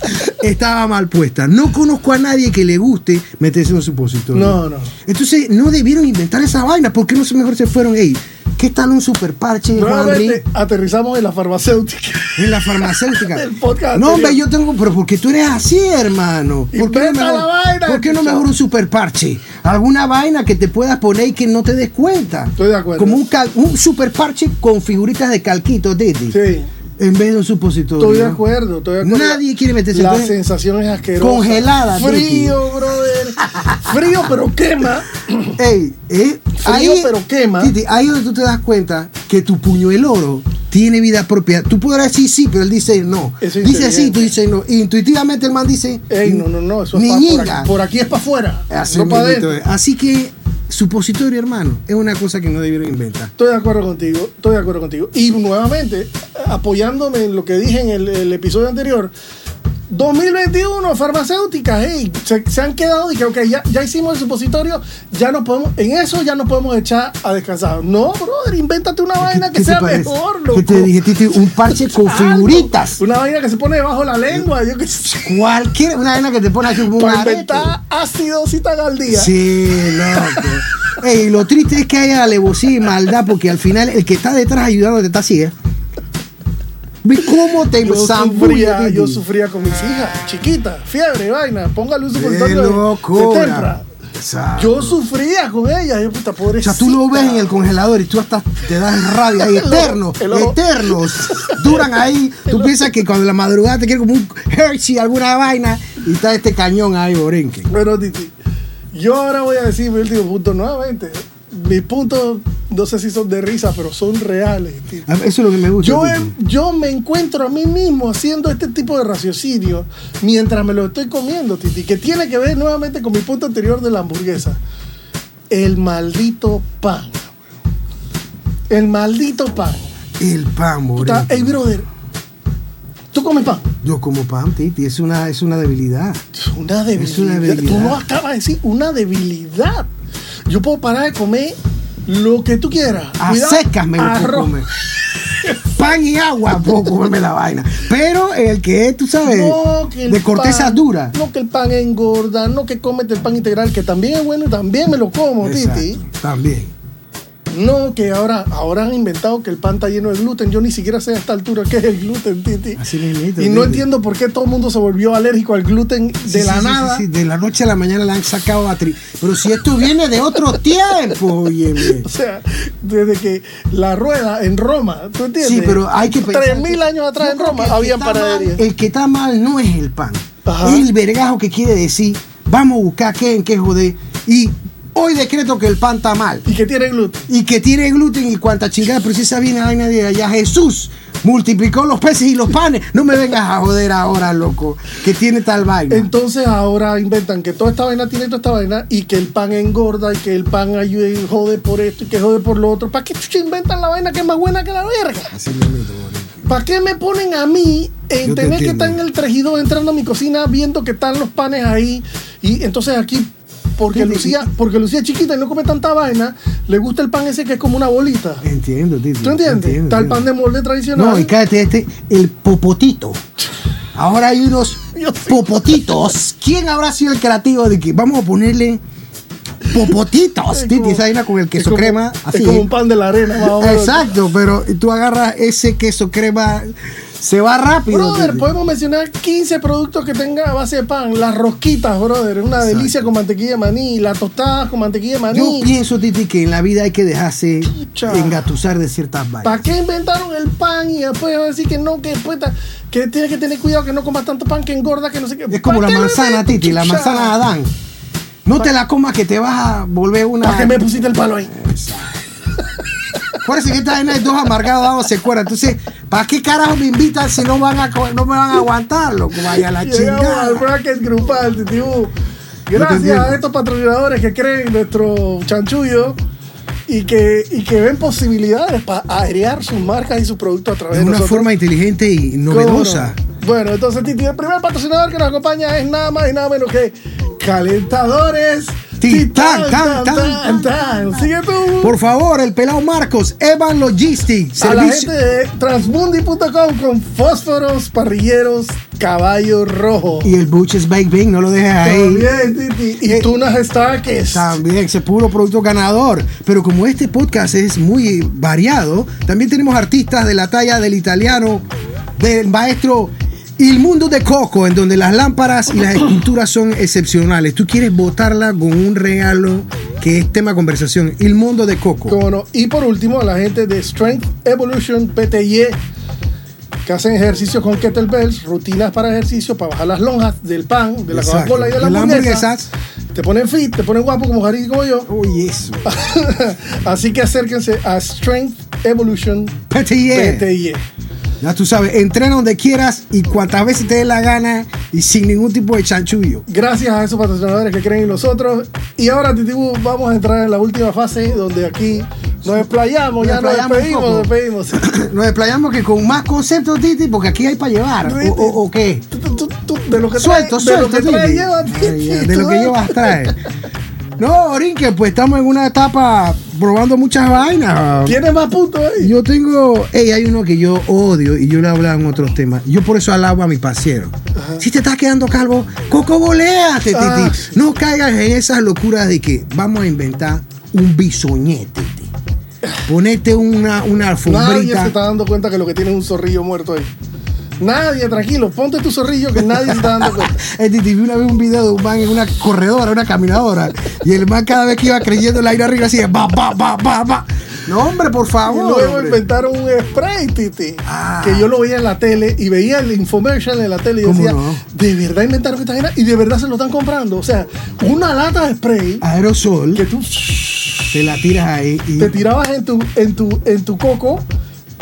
Speaker 2: estaba mal puesta. No conozco a nadie que le guste meterse un supositorio.
Speaker 1: No, no.
Speaker 2: Entonces no debieron inventar esa vaina. ¿Por qué no se mejor se fueron? Ey, ¿qué tal un superparche, Juanri?
Speaker 1: Nuevamente aterrizamos en la farmacéutica.
Speaker 2: En la farmacéutica.
Speaker 1: Del podcast
Speaker 2: no,
Speaker 1: anterior.
Speaker 2: hombre, yo tengo. Pero porque tú eres así, hermano. ¿Por qué, no
Speaker 1: Inventa
Speaker 2: mejor,
Speaker 1: la vaina,
Speaker 2: ¿Por qué no
Speaker 1: chico.
Speaker 2: mejor un superparche? Alguna vaina que te puedas poner y que no te des cuenta.
Speaker 1: Estoy de acuerdo.
Speaker 2: Como un, cal- un superparche con figuritas de calquito, Titi.
Speaker 1: Sí.
Speaker 2: En vez de un supositorio.
Speaker 1: Estoy de
Speaker 2: ¿no?
Speaker 1: acuerdo, estoy de acuerdo.
Speaker 2: Nadie quiere meterse
Speaker 1: La
Speaker 2: entonces-
Speaker 1: sensación es asquerosa.
Speaker 2: Congelada, Titi.
Speaker 1: Frío, brother. Frío, pero quema.
Speaker 2: Ey, eh,
Speaker 1: Frío, pero quema.
Speaker 2: Titi, ahí es donde tú te das cuenta que tu puño el oro tiene vida propia. Tú podrás decir sí, pero él dice no.
Speaker 1: Eso es
Speaker 2: dice sí,
Speaker 1: inteligente.
Speaker 2: tú dices no. Intuitivamente el man dice.
Speaker 1: Ey, no, no, no. Eso es
Speaker 2: ni
Speaker 1: pa' por,
Speaker 2: ñinga".
Speaker 1: aquí, por aquí es para afuera.
Speaker 2: Así,
Speaker 1: no para
Speaker 2: mismito
Speaker 1: adentro.
Speaker 2: es. Así que, supositorio, hermano, es una cosa que no debieron inventar.
Speaker 1: Estoy de acuerdo contigo, estoy de acuerdo contigo. Y nuevamente, apoyándome en lo que dije en el, el episodio anterior, 2021, farmacéuticas, hey, se, se han quedado y que, ok, ya, ya hicimos el supositorio, ya nos podemos, en eso ya nos podemos echar a descansar. No, brother, invéntate una vaina que
Speaker 2: ¿Qué te
Speaker 1: sea
Speaker 2: parece?
Speaker 1: mejor, loco.
Speaker 2: Que te dije, Titi, un parche con
Speaker 1: Algo.
Speaker 2: figuritas.
Speaker 1: Una vaina que se pone debajo de la lengua, yo qué sé.
Speaker 2: Cualquier, una vaina que te pone aquí como un
Speaker 1: Para
Speaker 2: arete.
Speaker 1: inventar ácido citan al día.
Speaker 2: Sí, loco. Ey, lo triste es que haya alevosía y maldad, porque al final el que está detrás ayudando te está así, ¿eh? ¿Ves cómo te
Speaker 1: Yo
Speaker 2: zambulle,
Speaker 1: sufría,
Speaker 2: Titi?
Speaker 1: yo sufría con mis hijas, chiquitas, fiebre, vaina, póngale un
Speaker 2: Qué
Speaker 1: supositorio de- de,
Speaker 2: locura.
Speaker 1: tempra.
Speaker 2: Exacto.
Speaker 1: Yo sufría con ella, yo puta
Speaker 2: O
Speaker 1: pobrecita.
Speaker 2: sea, tú lo ves en el congelador y tú hasta te das rabia. Y eternos,
Speaker 1: El ojo.
Speaker 2: eternos. Duran ahí. Tú piensas que cuando la madrugada te quiere como un Hershey, alguna vaina, y está este cañón ahí, Borenque.
Speaker 1: Bueno, Titi, yo ahora voy a decir mi último punto nuevamente. Mis puntos, no sé si son de risa, pero son reales, Titi.
Speaker 2: Eso es lo que me gusta.
Speaker 1: Yo,
Speaker 2: Titi.
Speaker 1: em- yo me encuentro a mí mismo haciendo este tipo de raciocinio mientras me lo estoy comiendo, Titi, que tiene que ver nuevamente con mi punto anterior de la hamburguesa. El maldito pan. El maldito pan.
Speaker 2: El pan,
Speaker 1: Puta,
Speaker 2: Borenque.
Speaker 1: hey, brother, tú comes pan.
Speaker 2: Yo como pan, Titi. Es una, es una debilidad.
Speaker 1: Es una debilidad.
Speaker 2: Es una debilidad.
Speaker 1: Tú no acabas de decir una debilidad. Yo puedo parar de comer lo que tú quieras.
Speaker 2: A
Speaker 1: Cuidado,
Speaker 2: secas me lo puedo
Speaker 1: arroz.
Speaker 2: comer. Pan y agua puedo comerme la vaina. Pero el que es, tú sabes,
Speaker 1: No, que el
Speaker 2: de corteza
Speaker 1: pan-
Speaker 2: dura.
Speaker 1: No que el pan engorda, no que cómete el pan integral, que también es bueno y también me lo como,
Speaker 2: Exacto,
Speaker 1: Titi.
Speaker 2: También.
Speaker 1: No que ahora, ahora han inventado que el pan está lleno de gluten. Yo ni siquiera sé a esta altura qué es el gluten, Titi.
Speaker 2: Así mismito,
Speaker 1: Y no
Speaker 2: Titi.
Speaker 1: entiendo por qué todo el mundo se volvió alérgico al gluten de
Speaker 2: Sí,
Speaker 1: la
Speaker 2: sí, sí,
Speaker 1: nada.
Speaker 2: sí, sí, De la noche a la mañana la han sacado a tri. Pero si esto viene de otro tiempo, óyeme.
Speaker 1: O sea, desde que la rueda en Roma, ¿tú entiendes?
Speaker 2: Sí, pero hay que pensar.
Speaker 1: Tres mil
Speaker 2: que-
Speaker 1: años atrás
Speaker 2: yo
Speaker 1: en
Speaker 2: creo que
Speaker 1: Roma
Speaker 2: el que
Speaker 1: habían
Speaker 2: está mal-
Speaker 1: panaderías.
Speaker 2: El que está mal no es el pan.
Speaker 1: Ajá.
Speaker 2: Es el vergajo que quiere decir, vamos a buscar qué en qué joder. Y hoy decreto que el pan está mal.
Speaker 1: Y que tiene gluten.
Speaker 2: y que tiene gluten y cuanta chingada precisa viene la vaina de allá. Jesús multiplicó los peces y los panes. No me vengas a joder ahora, loco, que tiene tal vaina.
Speaker 1: Entonces ahora inventan que toda esta vaina tiene toda esta vaina y que el pan engorda y que el pan ayuda y jode por esto y que jode por lo otro. ¿Para qué chucha inventan la vaina que es más buena que la verga?
Speaker 2: Así mismito, boludo.
Speaker 1: ¿Para qué me ponen a mí en
Speaker 2: Yo te
Speaker 1: tener que
Speaker 2: entiendo.
Speaker 1: estar en el 3 y 2 entrando a mi cocina viendo que están los panes ahí? Y entonces aquí, porque
Speaker 2: Sí, sí,
Speaker 1: Lucía, porque Lucía es chiquita y no come tanta vaina, le gusta el pan ese que es como una bolita.
Speaker 2: Entiendo, Tito.
Speaker 1: ¿Tú entiendes?
Speaker 2: Entiendo,
Speaker 1: Está el
Speaker 2: entiendo.
Speaker 1: pan de molde tradicional.
Speaker 2: No, y cállate este, el popotito. Ahora hay unos
Speaker 1: Yo sé.
Speaker 2: popotitos. ¿Quién habrá sido el creativo de que vamos a ponerle popotitos,
Speaker 1: Es
Speaker 2: Titi,
Speaker 1: como-
Speaker 2: esa vaina con el queso
Speaker 1: es como-
Speaker 2: crema. Así.
Speaker 1: Es como un pan de la arena, más o menos.
Speaker 2: Exacto, pero tú agarras ese queso crema, se va rápido.
Speaker 1: Brother,
Speaker 2: Titi.
Speaker 1: podemos mencionar 15 productos que tenga a base de pan. Las rosquitas, brother, es una delicia con mantequilla de maní. Las tostadas con mantequilla de
Speaker 2: Yo
Speaker 1: maní.
Speaker 2: pienso, Titi, que en la vida hay que dejarse
Speaker 1: Chucha.
Speaker 2: engatusar de ciertas vainas.
Speaker 1: ¿Para qué inventaron el pan y después van a decir que no, que después ta- que tienes que tener cuidado que no comas tanto pan que engorda, que no sé qué?
Speaker 2: Es como
Speaker 1: ¿Pa'
Speaker 2: la
Speaker 1: qué lo
Speaker 2: manzana,
Speaker 1: inventan,
Speaker 2: Titi, la
Speaker 1: chucha?
Speaker 2: manzana de Adán. No te la comas que te vas a volver una.
Speaker 1: ¿Para qué me pusiste el palo ahí?
Speaker 2: Parece que esta vaina de dos amargados dados se cuerda. Entonces, ¿para qué carajo me invitan si no, van a, co- no me van a aguantar, loco? Vaya la
Speaker 1: Llegamos
Speaker 2: chingada.
Speaker 1: al bracket grupal, Titibú.
Speaker 2: No te
Speaker 1: Gracias
Speaker 2: entiendo.
Speaker 1: a estos patrocinadores que creen en nuestro chanchullo y que, y que ven posibilidades para airear sus marcas y sus productos a través
Speaker 2: De
Speaker 1: de
Speaker 2: una
Speaker 1: nosotros.
Speaker 2: forma inteligente y
Speaker 1: ¿Cómo no?
Speaker 2: novedosa.
Speaker 1: Bueno, entonces, Titi, el primer patrocinador que nos acompaña es nada más y nada menos que Calentadores.
Speaker 2: Titán, tan, tan,
Speaker 1: tan. Sigue tú.
Speaker 2: Por favor, el pelado Marcos, Evan Logistics,
Speaker 1: A la
Speaker 2: servicio.
Speaker 1: gente de transmundi.com con fósforos, parrilleros, caballo rojo.
Speaker 2: Y el Butch's Bake Bing, no lo dejes ahí. Eh,
Speaker 1: También, Titi. Y tunas Starkes.
Speaker 2: También, ese puro producto ganador. Pero como este podcast es muy variado, también tenemos artistas de la talla del italiano, del maestro Il Mundo de Coco, en donde las lámparas y las esculturas son excepcionales. Tú quieres botarla con un regalo que es tema de conversación. Il Mundo de Coco.
Speaker 1: Cómo no. Y por último, a la gente de Strength Evolution PTY, que hacen ejercicios con kettlebells, rutinas para ejercicio, para bajar las lonjas del pan, de la
Speaker 2: Exacto.
Speaker 1: Coca-Cola y de la
Speaker 2: De las
Speaker 1: hamburguesa.
Speaker 2: hamburguesas.
Speaker 1: Te ponen fit, te ponen guapo como Jari como yo.
Speaker 2: Uy, eso.
Speaker 1: Así que acérquense a Strength Evolution
Speaker 2: Petier.
Speaker 1: PTY.
Speaker 2: Ya tú sabes, entrena donde quieras y cuantas veces te dé la gana y sin ningún tipo de chanchullo.
Speaker 1: Gracias a esos patrocinadores que creen en nosotros. Y ahora, Titibu, vamos a entrar en la última fase donde aquí nos
Speaker 2: Nos
Speaker 1: desplayamos, ya nos
Speaker 2: desplayamos un
Speaker 1: despedimos,
Speaker 2: poco.
Speaker 1: nos despedimos.
Speaker 2: Nos desplayamos que con más conceptos, Titi, porque aquí hay para llevar. ¿O, o- o qué?
Speaker 1: Tú- tú- tú- tú- de lo que
Speaker 2: Suelto,
Speaker 1: trae,
Speaker 2: suelto.
Speaker 1: De lo que trae,
Speaker 2: Titi.
Speaker 1: lleva,
Speaker 2: Ay,
Speaker 1: Titi,
Speaker 2: ya, de lo
Speaker 1: tú
Speaker 2: que
Speaker 1: ves.
Speaker 2: llevas trae. No, Orinque, pues estamos en una etapa probando muchas vainas.
Speaker 1: Tiene más puntos ahí.
Speaker 2: Yo tengo, hey, hay uno que yo odio y yo le hablaba en otros temas. Yo por eso alabo a mi pasero. Si te estás quedando calvo, coco boleate, Titi.
Speaker 1: Ah, sí.
Speaker 2: No caigas en esas locuras de que vamos a inventar un bisoñete. Titi. Ponete una, una
Speaker 1: Nadie se
Speaker 2: alfombrita.
Speaker 1: está dando cuenta que lo que tiene es un zorrillo muerto ahí. Nadie, tranquilo, ponte tu zorrillo que nadie se está dando cuenta.
Speaker 2: El Titi vi una vez un video de un man en una corredora, una caminadora. Y el man cada vez que iba creyendo el aire arriba así, va, va, va, va, va. No, hombre, por
Speaker 1: Y
Speaker 2: favor.
Speaker 1: luego
Speaker 2: hombre.
Speaker 1: inventaron un spray, Titi.
Speaker 2: Ah.
Speaker 1: Que yo lo veía en la tele y veía el infomercial en la tele y
Speaker 2: ¿Cómo
Speaker 1: decía,
Speaker 2: no?
Speaker 1: de verdad inventaron esta vaina y de verdad se lo están comprando. O sea, una lata de spray
Speaker 2: Aerosol,
Speaker 1: que tú
Speaker 2: Ah, te la tiras ahí y
Speaker 1: te tirabas en tu, en tu, en tu coco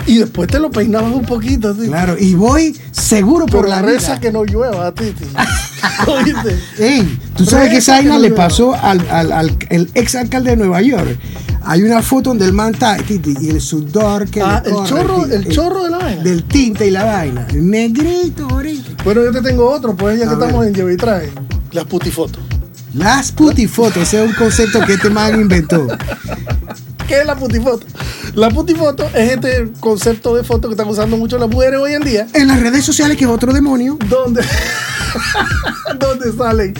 Speaker 1: y después te lo peinabas un poquito, Titi.
Speaker 2: Claro, y voy seguro por,
Speaker 1: Por la
Speaker 2: la
Speaker 1: reza
Speaker 2: vida.
Speaker 1: que no llueva, Titi. ¿Oíste?
Speaker 2: Ey, tú sabes que esa
Speaker 1: Reza que
Speaker 2: vaina
Speaker 1: no
Speaker 2: le
Speaker 1: llueva.
Speaker 2: pasó al, al, al el ex alcalde de Nueva York. Hay una foto donde el man está titi, y el sudor que
Speaker 1: Ah,
Speaker 2: le
Speaker 1: el
Speaker 2: corre,
Speaker 1: chorro,
Speaker 2: titi,
Speaker 1: el chorro de la vaina.
Speaker 2: del tinte y la vaina. Negrito, ahorita.
Speaker 1: Bueno, yo te tengo otro, pues ya
Speaker 2: A
Speaker 1: que
Speaker 2: ver.
Speaker 1: estamos en llevo y traje. Las putifotos.
Speaker 2: Las putifotos, ese es un concepto que este man inventó.
Speaker 1: ¿Qué es la putifoto? La putifoto es este concepto de foto que están usando mucho las mujeres hoy en día,
Speaker 2: En las redes sociales, que es otro demonio.
Speaker 1: donde, donde salen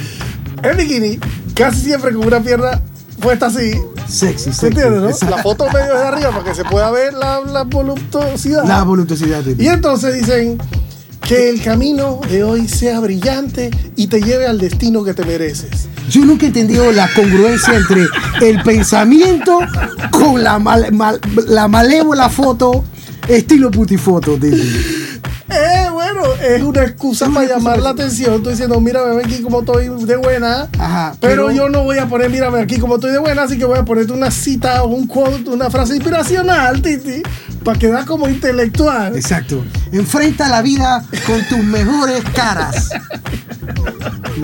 Speaker 1: en bikini, casi siempre con una pierna puesta así.
Speaker 2: Sexy,
Speaker 1: ¿Se
Speaker 2: sexy.
Speaker 1: entiende, no?
Speaker 2: Esa-
Speaker 1: La foto medio de arriba para que se pueda ver la, la voluptuosidad.
Speaker 2: La voluptuosidad. titi.
Speaker 1: Y entonces dicen que el camino de hoy sea brillante y te lleve al destino que te mereces.
Speaker 2: Yo nunca he entendido la congruencia entre el pensamiento con la, mal- mal- la malévola foto, estilo putifoto. Titi.
Speaker 1: Eh, bueno, es una excusa
Speaker 2: Es una
Speaker 1: para
Speaker 2: excusa
Speaker 1: llamar
Speaker 2: para-
Speaker 1: la atención. Estoy diciendo, mira, ven aquí como estoy de buena.
Speaker 2: Ajá,
Speaker 1: pero,
Speaker 2: pero-
Speaker 1: yo no voy a poner, mírame aquí como estoy de buena, así que voy a ponerte una cita, un quote, una frase inspiracional, Titi, para quedar como intelectual.
Speaker 2: Exacto. Enfrenta la vida con tus mejores caras.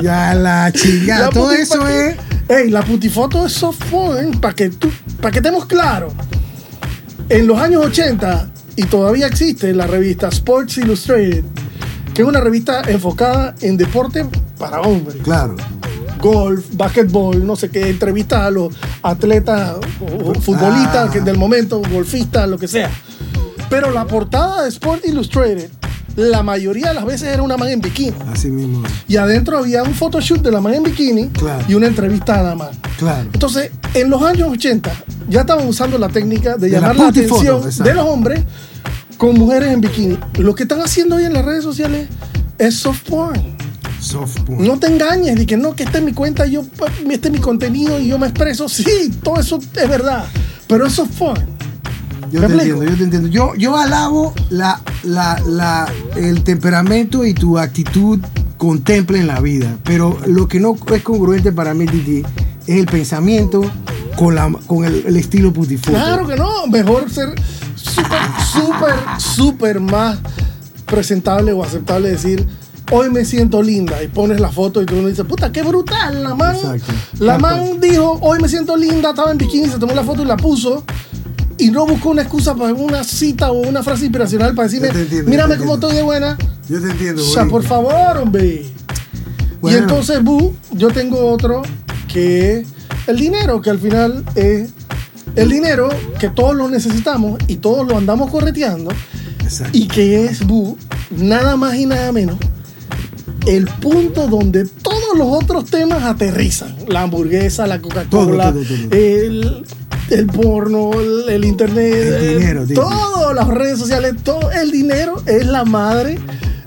Speaker 2: Ya la chingada.
Speaker 1: La
Speaker 2: Todo
Speaker 1: puti-
Speaker 2: eso
Speaker 1: pa' que-
Speaker 2: es.
Speaker 1: Ey, la putifoto es soft para que tú, para que estemos claros. En los años 80 y todavía existe la revista Sports Illustrated, que es una revista enfocada en deporte para hombres.
Speaker 2: Claro.
Speaker 1: Golf, básquetbol, no sé qué, entrevistas a los atletas, o- o futbolistas
Speaker 2: Ah.
Speaker 1: que del momento, golfistas, lo que sea. Pero la portada de Sports Illustrated la mayoría de las veces era una man en bikini.
Speaker 2: Así mismo. es.
Speaker 1: Y adentro había un photoshoot de la man en bikini
Speaker 2: Claro.
Speaker 1: y una entrevista a la man.
Speaker 2: Claro.
Speaker 1: Entonces, en los años 80 ya estaban usando la técnica
Speaker 2: De
Speaker 1: de,
Speaker 2: la
Speaker 1: llamar la,
Speaker 2: puti photo,
Speaker 1: atención
Speaker 2: exacto.
Speaker 1: de los hombres con mujeres en bikini. Lo que están haciendo hoy en las redes sociales es soft porn.
Speaker 2: Soft porn.
Speaker 1: No te engañes, de que no, que esta es mi cuenta, yo, pa- este es mi contenido y yo me expreso. Sí, todo eso es verdad, pero es soft porn.
Speaker 2: Yo
Speaker 1: ¿Me
Speaker 2: te
Speaker 1: explico?
Speaker 2: entiendo, yo te entiendo. Yo, yo alabo la, la, la, el temperamento y tu actitud contempla en la vida, pero lo que no es congruente para mí, Titi, es el pensamiento con, la, con el, el estilo putifoto.
Speaker 1: Claro que no, mejor ser súper, súper, súper más presentable o aceptable decir, hoy me siento linda y pones la foto y tú uno dice, puta, qué brutal, la man,
Speaker 2: Exacto.
Speaker 1: la
Speaker 2: Tal
Speaker 1: man dijo, hoy me siento linda, estaba en bikini, se tomó la foto y la puso. Y no buscó una excusa para una cita o una frase inspiracional para decirme,
Speaker 2: Yo te entiendo, yo
Speaker 1: mírame
Speaker 2: te
Speaker 1: cómo
Speaker 2: entiendo".
Speaker 1: estoy de buena.
Speaker 2: Yo te entiendo.
Speaker 1: O sea, por
Speaker 2: Borinquen.
Speaker 1: favor, hombre.
Speaker 2: Bueno.
Speaker 1: Y entonces, Bu, yo tengo otro que es el dinero, que al final es el dinero que todos lo necesitamos y todos lo andamos correteando.
Speaker 2: Exacto.
Speaker 1: Y que es, Bu, nada más y nada menos, el punto donde todos los otros temas aterrizan. La hamburguesa, la
Speaker 2: Todo,
Speaker 1: Coca-Cola,
Speaker 2: todo, todo.
Speaker 1: el, el porno, el, el internet,
Speaker 2: El dinero,
Speaker 1: eh,
Speaker 2: dice.
Speaker 1: todo, las redes sociales, todo. El dinero es la madre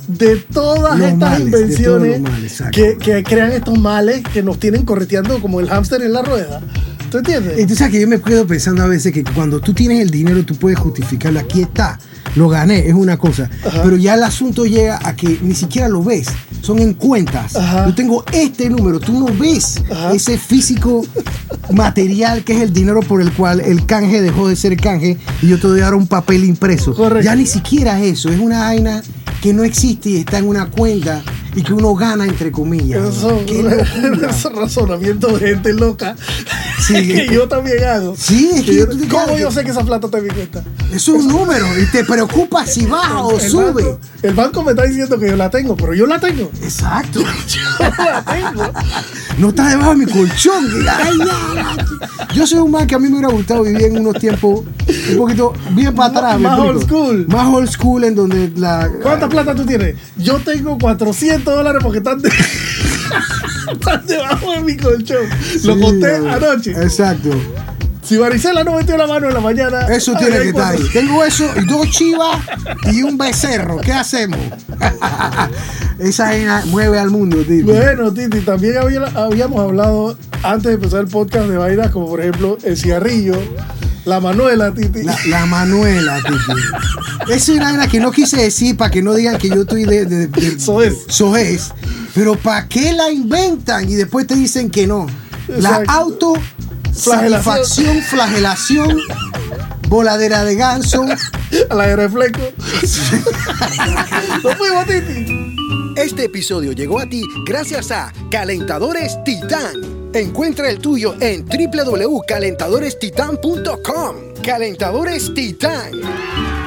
Speaker 1: de todas
Speaker 2: Los
Speaker 1: estas
Speaker 2: males, de todos
Speaker 1: invenciones
Speaker 2: los males, exacto.
Speaker 1: que, que crean estos males que nos tienen correteando como el hámster en la rueda. ¿Tú entiendes?
Speaker 2: Entonces que yo me quedo pensando a veces que cuando tú tienes el dinero tú puedes justificarlo. Aquí está, lo gané, es una cosa.
Speaker 1: Ajá.
Speaker 2: Pero ya el asunto llega a que ni siquiera lo ves. Son en cuentas.
Speaker 1: Ajá.
Speaker 2: Yo tengo este número, tú no ves
Speaker 1: Ajá.
Speaker 2: ese físico material que es el dinero por el cual el canje dejó de ser canje y yo te doy ahora un papel impreso.
Speaker 1: Correcto.
Speaker 2: Ya ni siquiera eso, es una vaina que no existe y está en una cuenta y que uno gana entre comillas.
Speaker 1: Eso
Speaker 2: Qué locura.
Speaker 1: es razonamiento de gente loca
Speaker 2: Sí.
Speaker 1: que yo también hago.
Speaker 2: Sí, es que
Speaker 1: yo-
Speaker 2: tú te
Speaker 1: ¿Cómo
Speaker 2: quedas-
Speaker 1: yo sé que esa plata está en mi cuenta?
Speaker 2: Es un número y te preocupa si baja o
Speaker 1: El
Speaker 2: sube.
Speaker 1: banco- el banco me está diciendo que yo la tengo, pero yo la tengo.
Speaker 2: Exacto.
Speaker 1: Yo la tengo.
Speaker 2: No está debajo de mi colchón. Ay, ya, ya. Yo soy un man que a mí me hubiera gustado vivir en unos tiempos un poquito bien para atrás. ¿me
Speaker 1: Más old
Speaker 2: explico?
Speaker 1: school.
Speaker 2: Más old school en donde la.
Speaker 1: ¿Cuánta plata tú tienes? Yo tengo 400 dólares porque están, de- están debajo de mi colchón. Lo
Speaker 2: Sí,
Speaker 1: conté
Speaker 2: eh,
Speaker 1: anoche.
Speaker 2: Exacto.
Speaker 1: Si Varicela no metió la mano en la mañana.
Speaker 2: Eso tiene
Speaker 1: había
Speaker 2: que estar ahí.
Speaker 1: cuatro-
Speaker 2: Tengo eso, y dos chivas y un becerro. ¿Qué hacemos? Esa vaina mueve al mundo, tío.
Speaker 1: Bueno, Titi, también había- habíamos hablado antes de empezar el podcast de vainas como por ejemplo el cigarrillo, la manuela, Titi.
Speaker 2: La, la Manuela, Titi. Es una vaina que no quise decir para que no digan que yo estoy de. de, de-
Speaker 1: Soez.
Speaker 2: soez. Pero ¿para qué la inventan y después te dicen que no? La
Speaker 1: Exacto.
Speaker 2: auto. Satisfacción, flagelación, voladera de ganso.
Speaker 1: A la de reflejo. Nos fuimos, Titi.
Speaker 3: Este episodio llegó a ti gracias a Calentadores Titán. Encuentra el tuyo en www.calentadorestitan.com. Calentadores Titán.